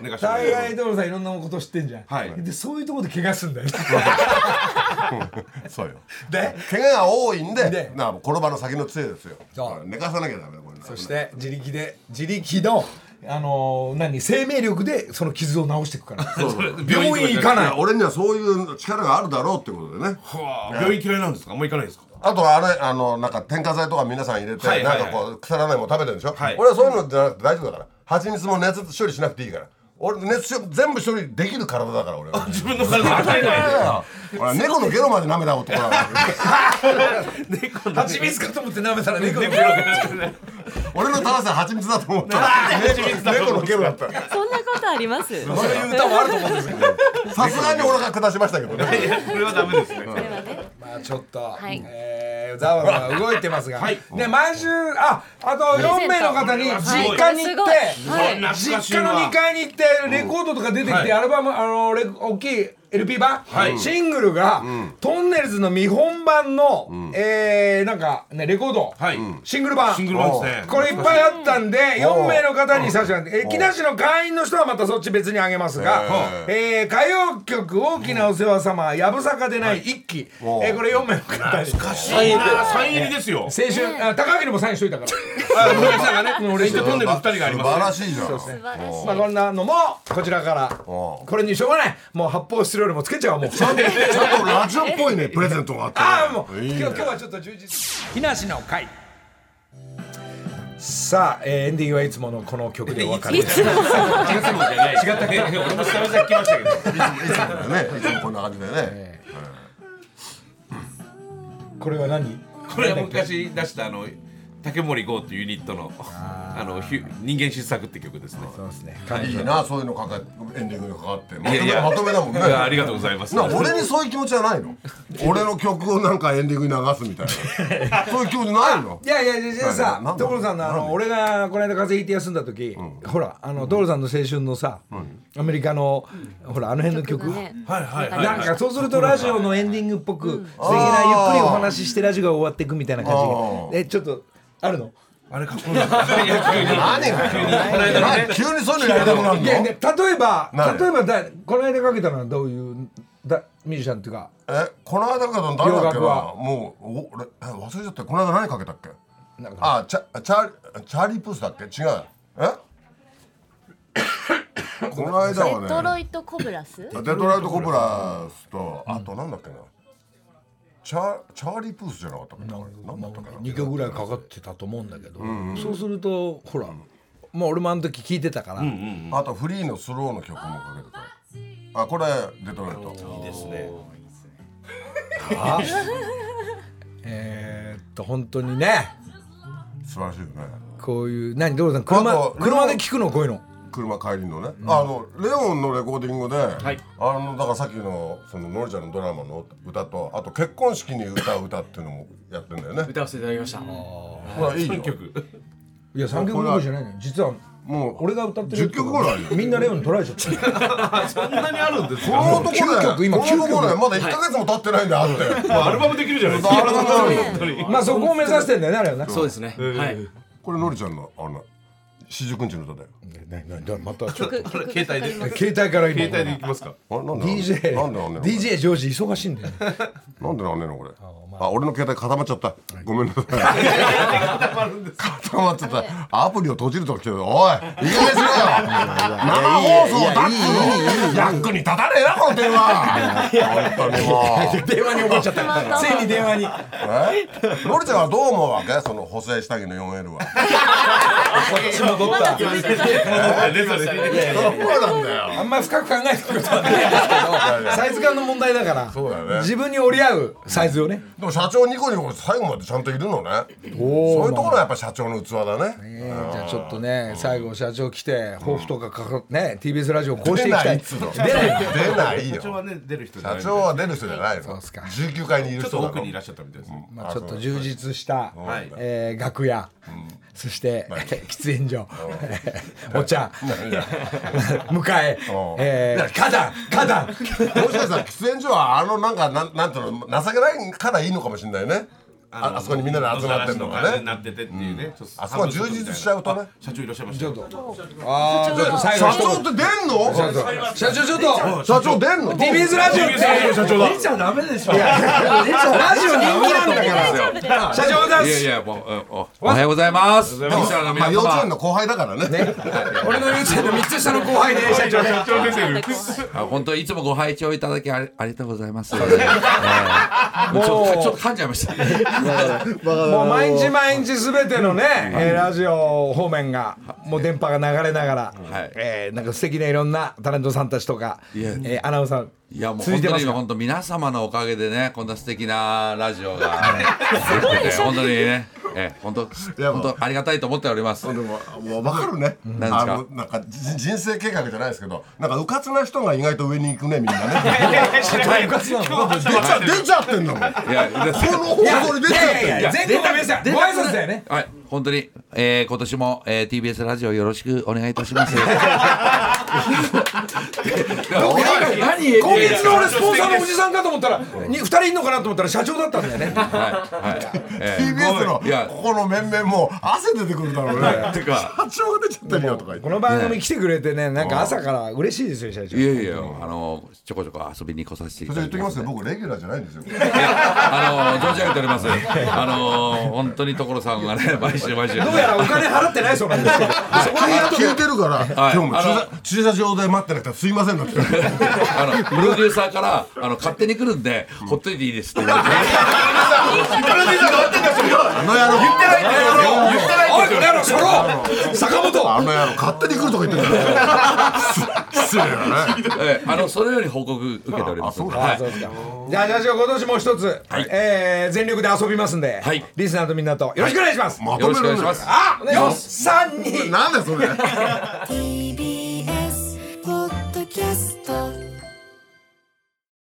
Speaker 2: 寝かしてもらえ
Speaker 1: 大
Speaker 2: る
Speaker 1: 概所さんいろんなこと知ってんじゃん、
Speaker 2: はい
Speaker 1: でそういうところで怪我すんだよ
Speaker 3: そうよ
Speaker 1: で
Speaker 3: 怪我が多いんで
Speaker 1: で
Speaker 3: なあ転ばの先の杖ですよ
Speaker 1: そう
Speaker 3: だから寝かさなきゃダメだこれ
Speaker 1: そして自力で自力のあのー何生命力でその傷を治していくから
Speaker 3: そうそうそう
Speaker 1: 病院行か
Speaker 3: い
Speaker 1: ない
Speaker 3: や俺にはそういう力があるだろうってことでね
Speaker 2: はあ病院嫌いなんですか。あんま行かないですか。
Speaker 3: あとあれあのなんか添加剤とか皆さん入れて、
Speaker 2: はいはいは
Speaker 3: な
Speaker 2: い
Speaker 3: んかこう腐らないもの食べてるでしょ、
Speaker 2: はい
Speaker 3: 俺はそういうのじゃなくて大丈夫だから蜂蜜も熱処理しなくていいから俺熱中全部一人できる体だから俺 は
Speaker 2: 自分の体が与えない
Speaker 3: 俺は猫のゲロまで舐めた男だから
Speaker 1: 蜂蜜かと思って舐めたら猫の
Speaker 3: 俺の高さ蜂蜜だと思 ったら猫のゲロだった
Speaker 8: そんなことあります。
Speaker 1: そういう歌もあると思うんですけど。
Speaker 3: さすがに俺が下しましたけどね
Speaker 2: これはダメですね
Speaker 1: まあちょっと、
Speaker 4: い
Speaker 1: えーざわざわ動いてますが、ね毎週ああと4名の方に実家に行っ
Speaker 4: すごい
Speaker 1: て、
Speaker 2: はい
Speaker 1: 実家の2階に行ってレコードとか出てきて、アルバムあのレ大きい LP 版、シングルが、トンネルズの見本版の、えーなんかねレコード、
Speaker 2: はい
Speaker 1: シングル版
Speaker 2: シングル版ですね
Speaker 1: これいっぱいあったんで4名の方に差し上げてえー木梨の会員の人はまたそっち別にあげますが、えー歌謡曲「大きなお世話様やぶさかでない一期」えーこれ4名の方に
Speaker 2: サイン入りですよ
Speaker 1: 先週あ高木にもサインしといた から
Speaker 2: あ森脇さん がね俺とトンネル2人があり
Speaker 3: 素
Speaker 2: ます
Speaker 3: 晴
Speaker 2: ね
Speaker 3: らしいじゃん
Speaker 4: 素晴らしい
Speaker 1: まあこんなのもこちらからこれにしょうがないもう発泡スチロールもつけちゃおうもう
Speaker 3: ちゃんとラジオっぽいねプレゼントがあってね
Speaker 1: ああもう
Speaker 3: いいね
Speaker 1: 今日今日はちょっと充実日梨の会さあ、えーエンディングはいつものこの曲でお別れです
Speaker 2: 違ったっけ俺も久々に来ましたけど
Speaker 3: いつもだよねいつもこんな感じでね
Speaker 1: これは何
Speaker 2: これは昔出したあの竹森剛っていうユニットのあのひゅ人間失策って曲ですね
Speaker 3: いいなそういうのかかエンディングにかかってまと
Speaker 2: いやい
Speaker 3: め
Speaker 2: や
Speaker 3: まとめだもんね
Speaker 2: いやありがとうございます
Speaker 3: な俺にそういう気持ちはないの俺の曲をなんかエンディングに流すみたいなそういう気持ちないの
Speaker 1: いやいやいやいや
Speaker 3: なな
Speaker 1: さ
Speaker 3: んだ
Speaker 1: 所さんのあ
Speaker 3: なん
Speaker 1: の
Speaker 3: だ
Speaker 1: 俺がこの間風邪ひいて休んだ時、ほらあの所さんの青春のさ、アメリカの、ほらあの辺の曲、
Speaker 4: ね
Speaker 2: はいはいはい
Speaker 1: なんかそうするとラジオのエンディングっぽく素敵なゆっくりお話ししてラジオが終わっていくみたいな感
Speaker 3: あ
Speaker 1: じえちょっとあるの
Speaker 2: あれかっこいい何
Speaker 3: な急にそういうのやりたくなる
Speaker 1: いやいや
Speaker 3: の
Speaker 1: 例えば
Speaker 3: ない
Speaker 1: 例えばだこの間かけたのはどういうだミュージシャンっていうか
Speaker 3: えこの間かけたの誰だっ
Speaker 1: 洋
Speaker 3: け
Speaker 1: 楽
Speaker 3: な
Speaker 1: は
Speaker 3: もうお俺え忘れちゃったこの間何かけたっけ
Speaker 1: なんか
Speaker 3: あチャチャーチャーリープースだっけ違うえこの間
Speaker 8: デト
Speaker 3: は
Speaker 8: ロ
Speaker 3: ね
Speaker 8: イトコブラス。
Speaker 3: デトライト・コブラスとあとなんだっけなチャチャーリー・プースじゃなかったっけな何だったっけな
Speaker 1: 2曲ぐらいかかってたと思うんだけど、そうするとほらまあ俺もあの時聞いてたから、
Speaker 3: あとフリーのスローの曲もかけてたあこれデトロイトいいですね
Speaker 1: えーっと本当にね
Speaker 3: 素晴らしいよね
Speaker 1: こういう何どうさん車
Speaker 3: あと
Speaker 1: 車で聞くのこういうの
Speaker 3: 車帰りのね、あのレオンのレコーディングで、あのだからさっきのそののりちゃんのドラマの歌とあと結婚式に歌う歌っていうのもやってんだよね
Speaker 5: 歌わせていただきました
Speaker 3: ほらいいよ
Speaker 1: いや3曲ぐらいじゃないのよ実は
Speaker 3: もう
Speaker 1: 俺が歌ってるやつ
Speaker 3: 10曲ぐらいあるよ
Speaker 1: みんなレオンに取られちゃった
Speaker 2: そんなにあるんです
Speaker 3: この男ね
Speaker 1: 9曲今
Speaker 3: この
Speaker 1: 9
Speaker 3: 男ねまだ1か月も経ってないんだよあって、
Speaker 2: アルバムできるじゃないですか
Speaker 3: アルバムあるよ
Speaker 1: まあそこを目指してんだよねあれはな。
Speaker 5: そうですねはい
Speaker 3: これのりちゃんのあの四十九日の歌だよ
Speaker 1: ねねねまたちょっと
Speaker 2: これ携帯で
Speaker 1: 携帯から今
Speaker 2: 携帯でいきますか
Speaker 3: あれなんでなんであんね
Speaker 1: DJ
Speaker 3: ん
Speaker 1: DJ ジョージ忙しいんだよ。
Speaker 3: なんでなんねえのこれ。あ、俺の携帯固まっちゃった。ごめんなさい。 固まっちゃった。アプリを閉じるとか来てる。おい、いいですよ。生放送だック役に立たねえなこの電話。本当にもう。
Speaker 1: 電話に思っちゃった。ついに電話に。
Speaker 3: え？のりちゃんはどう思うわけ？その補正下着の 4L は。そうなんだよ。
Speaker 1: あんま深く考えてくことはないんですけど、サイズ感の問題だから。
Speaker 3: そうだよね
Speaker 1: 自分に折り合うサイズをね。
Speaker 3: でも社長ニコニコ最後までちゃんといるのね。そういうところはやっぱ社長の器だね。
Speaker 1: えーじゃあちょっとね最後社長来て抱負とかかかね TBS ラジオこうしていきたい。
Speaker 3: 出ないっつう
Speaker 1: 出
Speaker 3: の
Speaker 1: ない。
Speaker 3: 出ないよ
Speaker 2: 社。長はね出る人じゃ
Speaker 3: 社
Speaker 2: ない
Speaker 3: 長は出る人じゃないの。
Speaker 1: うっすか
Speaker 3: 19階にいる
Speaker 2: ちょっ
Speaker 3: 人
Speaker 2: と
Speaker 3: だろ
Speaker 2: 奥にいらっしゃったみたいですね
Speaker 1: まあちょっと充実した
Speaker 2: はい
Speaker 1: えー楽屋。そして、喫煙所、お茶、迎え、えー花壇、花壇、
Speaker 3: もしかしたら喫煙所はあのなんかなんなんていうの情けないからいいのかもしれないねああそこにみんなで集まってるのがね
Speaker 2: なっててっていうねちょっと
Speaker 3: あそこは充実しちゃうとね
Speaker 2: あ社長いらっしゃいまし
Speaker 1: ち
Speaker 2: た
Speaker 1: ょっ
Speaker 2: よ
Speaker 1: と、あーちょっと
Speaker 3: 社
Speaker 1: 最後一
Speaker 3: 長
Speaker 1: 言
Speaker 3: って出んの
Speaker 1: 社長
Speaker 3: 社長
Speaker 1: ちょっと
Speaker 3: 出んの
Speaker 1: TBS ラジオって社長だ出ちゃダメでしょラジオ人気なんだから社長だ
Speaker 7: いやいや、もううんおおはようございます。ミキサーの皆
Speaker 3: まあ
Speaker 7: 様
Speaker 3: 幼稚園の後輩だからね
Speaker 1: 俺の幼稚園の3つ下の後輩で社長
Speaker 2: 社長出てる
Speaker 7: あ本当にいつもご拝聴いただきありありがとうございます。えーちょっとちょっと噛んじゃいました。
Speaker 1: もう毎日毎日すべてのね、えーラジオ方面がもう電波が流れながら、えーなんか素敵ないろんなタレントさんたちとか、
Speaker 2: いや
Speaker 1: えーアナウンサー
Speaker 2: いやもう
Speaker 1: 続い
Speaker 2: 本
Speaker 1: て
Speaker 2: 当
Speaker 1: ま
Speaker 2: に
Speaker 1: す
Speaker 2: 今
Speaker 1: か
Speaker 2: 本当皆様のおかげでねこんな素敵なラジオ ができてて本当にねええ本当本当ありがたいと思っております。で
Speaker 3: ももうわかるね。
Speaker 2: 何です
Speaker 3: あ
Speaker 2: か
Speaker 3: の。なんかじ人生計画じゃないですけどなんかうかつな人が意外と上に行くねみんなね
Speaker 1: うかつ なの
Speaker 3: 出ちゃ出ちゃってんだもん
Speaker 2: いや
Speaker 3: この方向に出ちゃってんだもん
Speaker 1: 全国の皆さんご挨拶だよね
Speaker 2: はい本当に、えー、今年も、えー、TBS ラジオよろしくお願いいたします。
Speaker 1: 今月の俺スポンサーのおじさんかと思ったらに二人いんのかなと思ったら社長だったんだよね
Speaker 2: はいはい。えー
Speaker 3: TBS の
Speaker 2: いや
Speaker 3: ここの面々もう汗 出てくるだろうね
Speaker 2: てか
Speaker 3: 社長が出ちゃってるよとか言って
Speaker 1: この番組来てくれてねなんか朝から嬉しいですよ社長
Speaker 2: いやいや、あのちょこちょこ遊びに来させてい
Speaker 3: そ
Speaker 2: た
Speaker 3: れ
Speaker 2: だ
Speaker 3: 言
Speaker 2: い
Speaker 3: ってときますよ僕レギュラーじゃないんです よ
Speaker 2: あの存じ上げております。あの本当に所さんがね毎週毎週。
Speaker 1: どうやらお金払ってないそうなんですけどそこに行くと
Speaker 3: 聞いてるから今
Speaker 2: い
Speaker 3: 日も駐
Speaker 2: あ
Speaker 3: 車駐車場で待ってなくてすいませんだって
Speaker 2: あのプロデューサーからあの勝手に来るんで、ほっといていいですって言われて。
Speaker 9: プロデューサーがってんだそれ
Speaker 3: あの野郎言ってない
Speaker 9: 言ってない
Speaker 1: おいこの野郎そろ坂
Speaker 3: あ
Speaker 1: 本
Speaker 3: の野郎勝手に来るとか言ってるん だよ失礼だね
Speaker 2: ええあのそれより報告受けております。
Speaker 3: あそうだ
Speaker 2: はい。
Speaker 1: じゃあ社長今年も一つ
Speaker 2: はい
Speaker 1: えー全力で遊びますんで
Speaker 2: はい
Speaker 1: リスナーとみんなとよろしくお願いします
Speaker 3: ま
Speaker 2: よ
Speaker 3: と
Speaker 2: ろし
Speaker 3: め
Speaker 2: くお
Speaker 3: る
Speaker 2: 願い
Speaker 3: ん
Speaker 2: し
Speaker 3: だよ
Speaker 2: ま
Speaker 1: あよっ
Speaker 2: す。
Speaker 1: さんに
Speaker 3: なんだよそれ
Speaker 10: TBS ポッドキャスト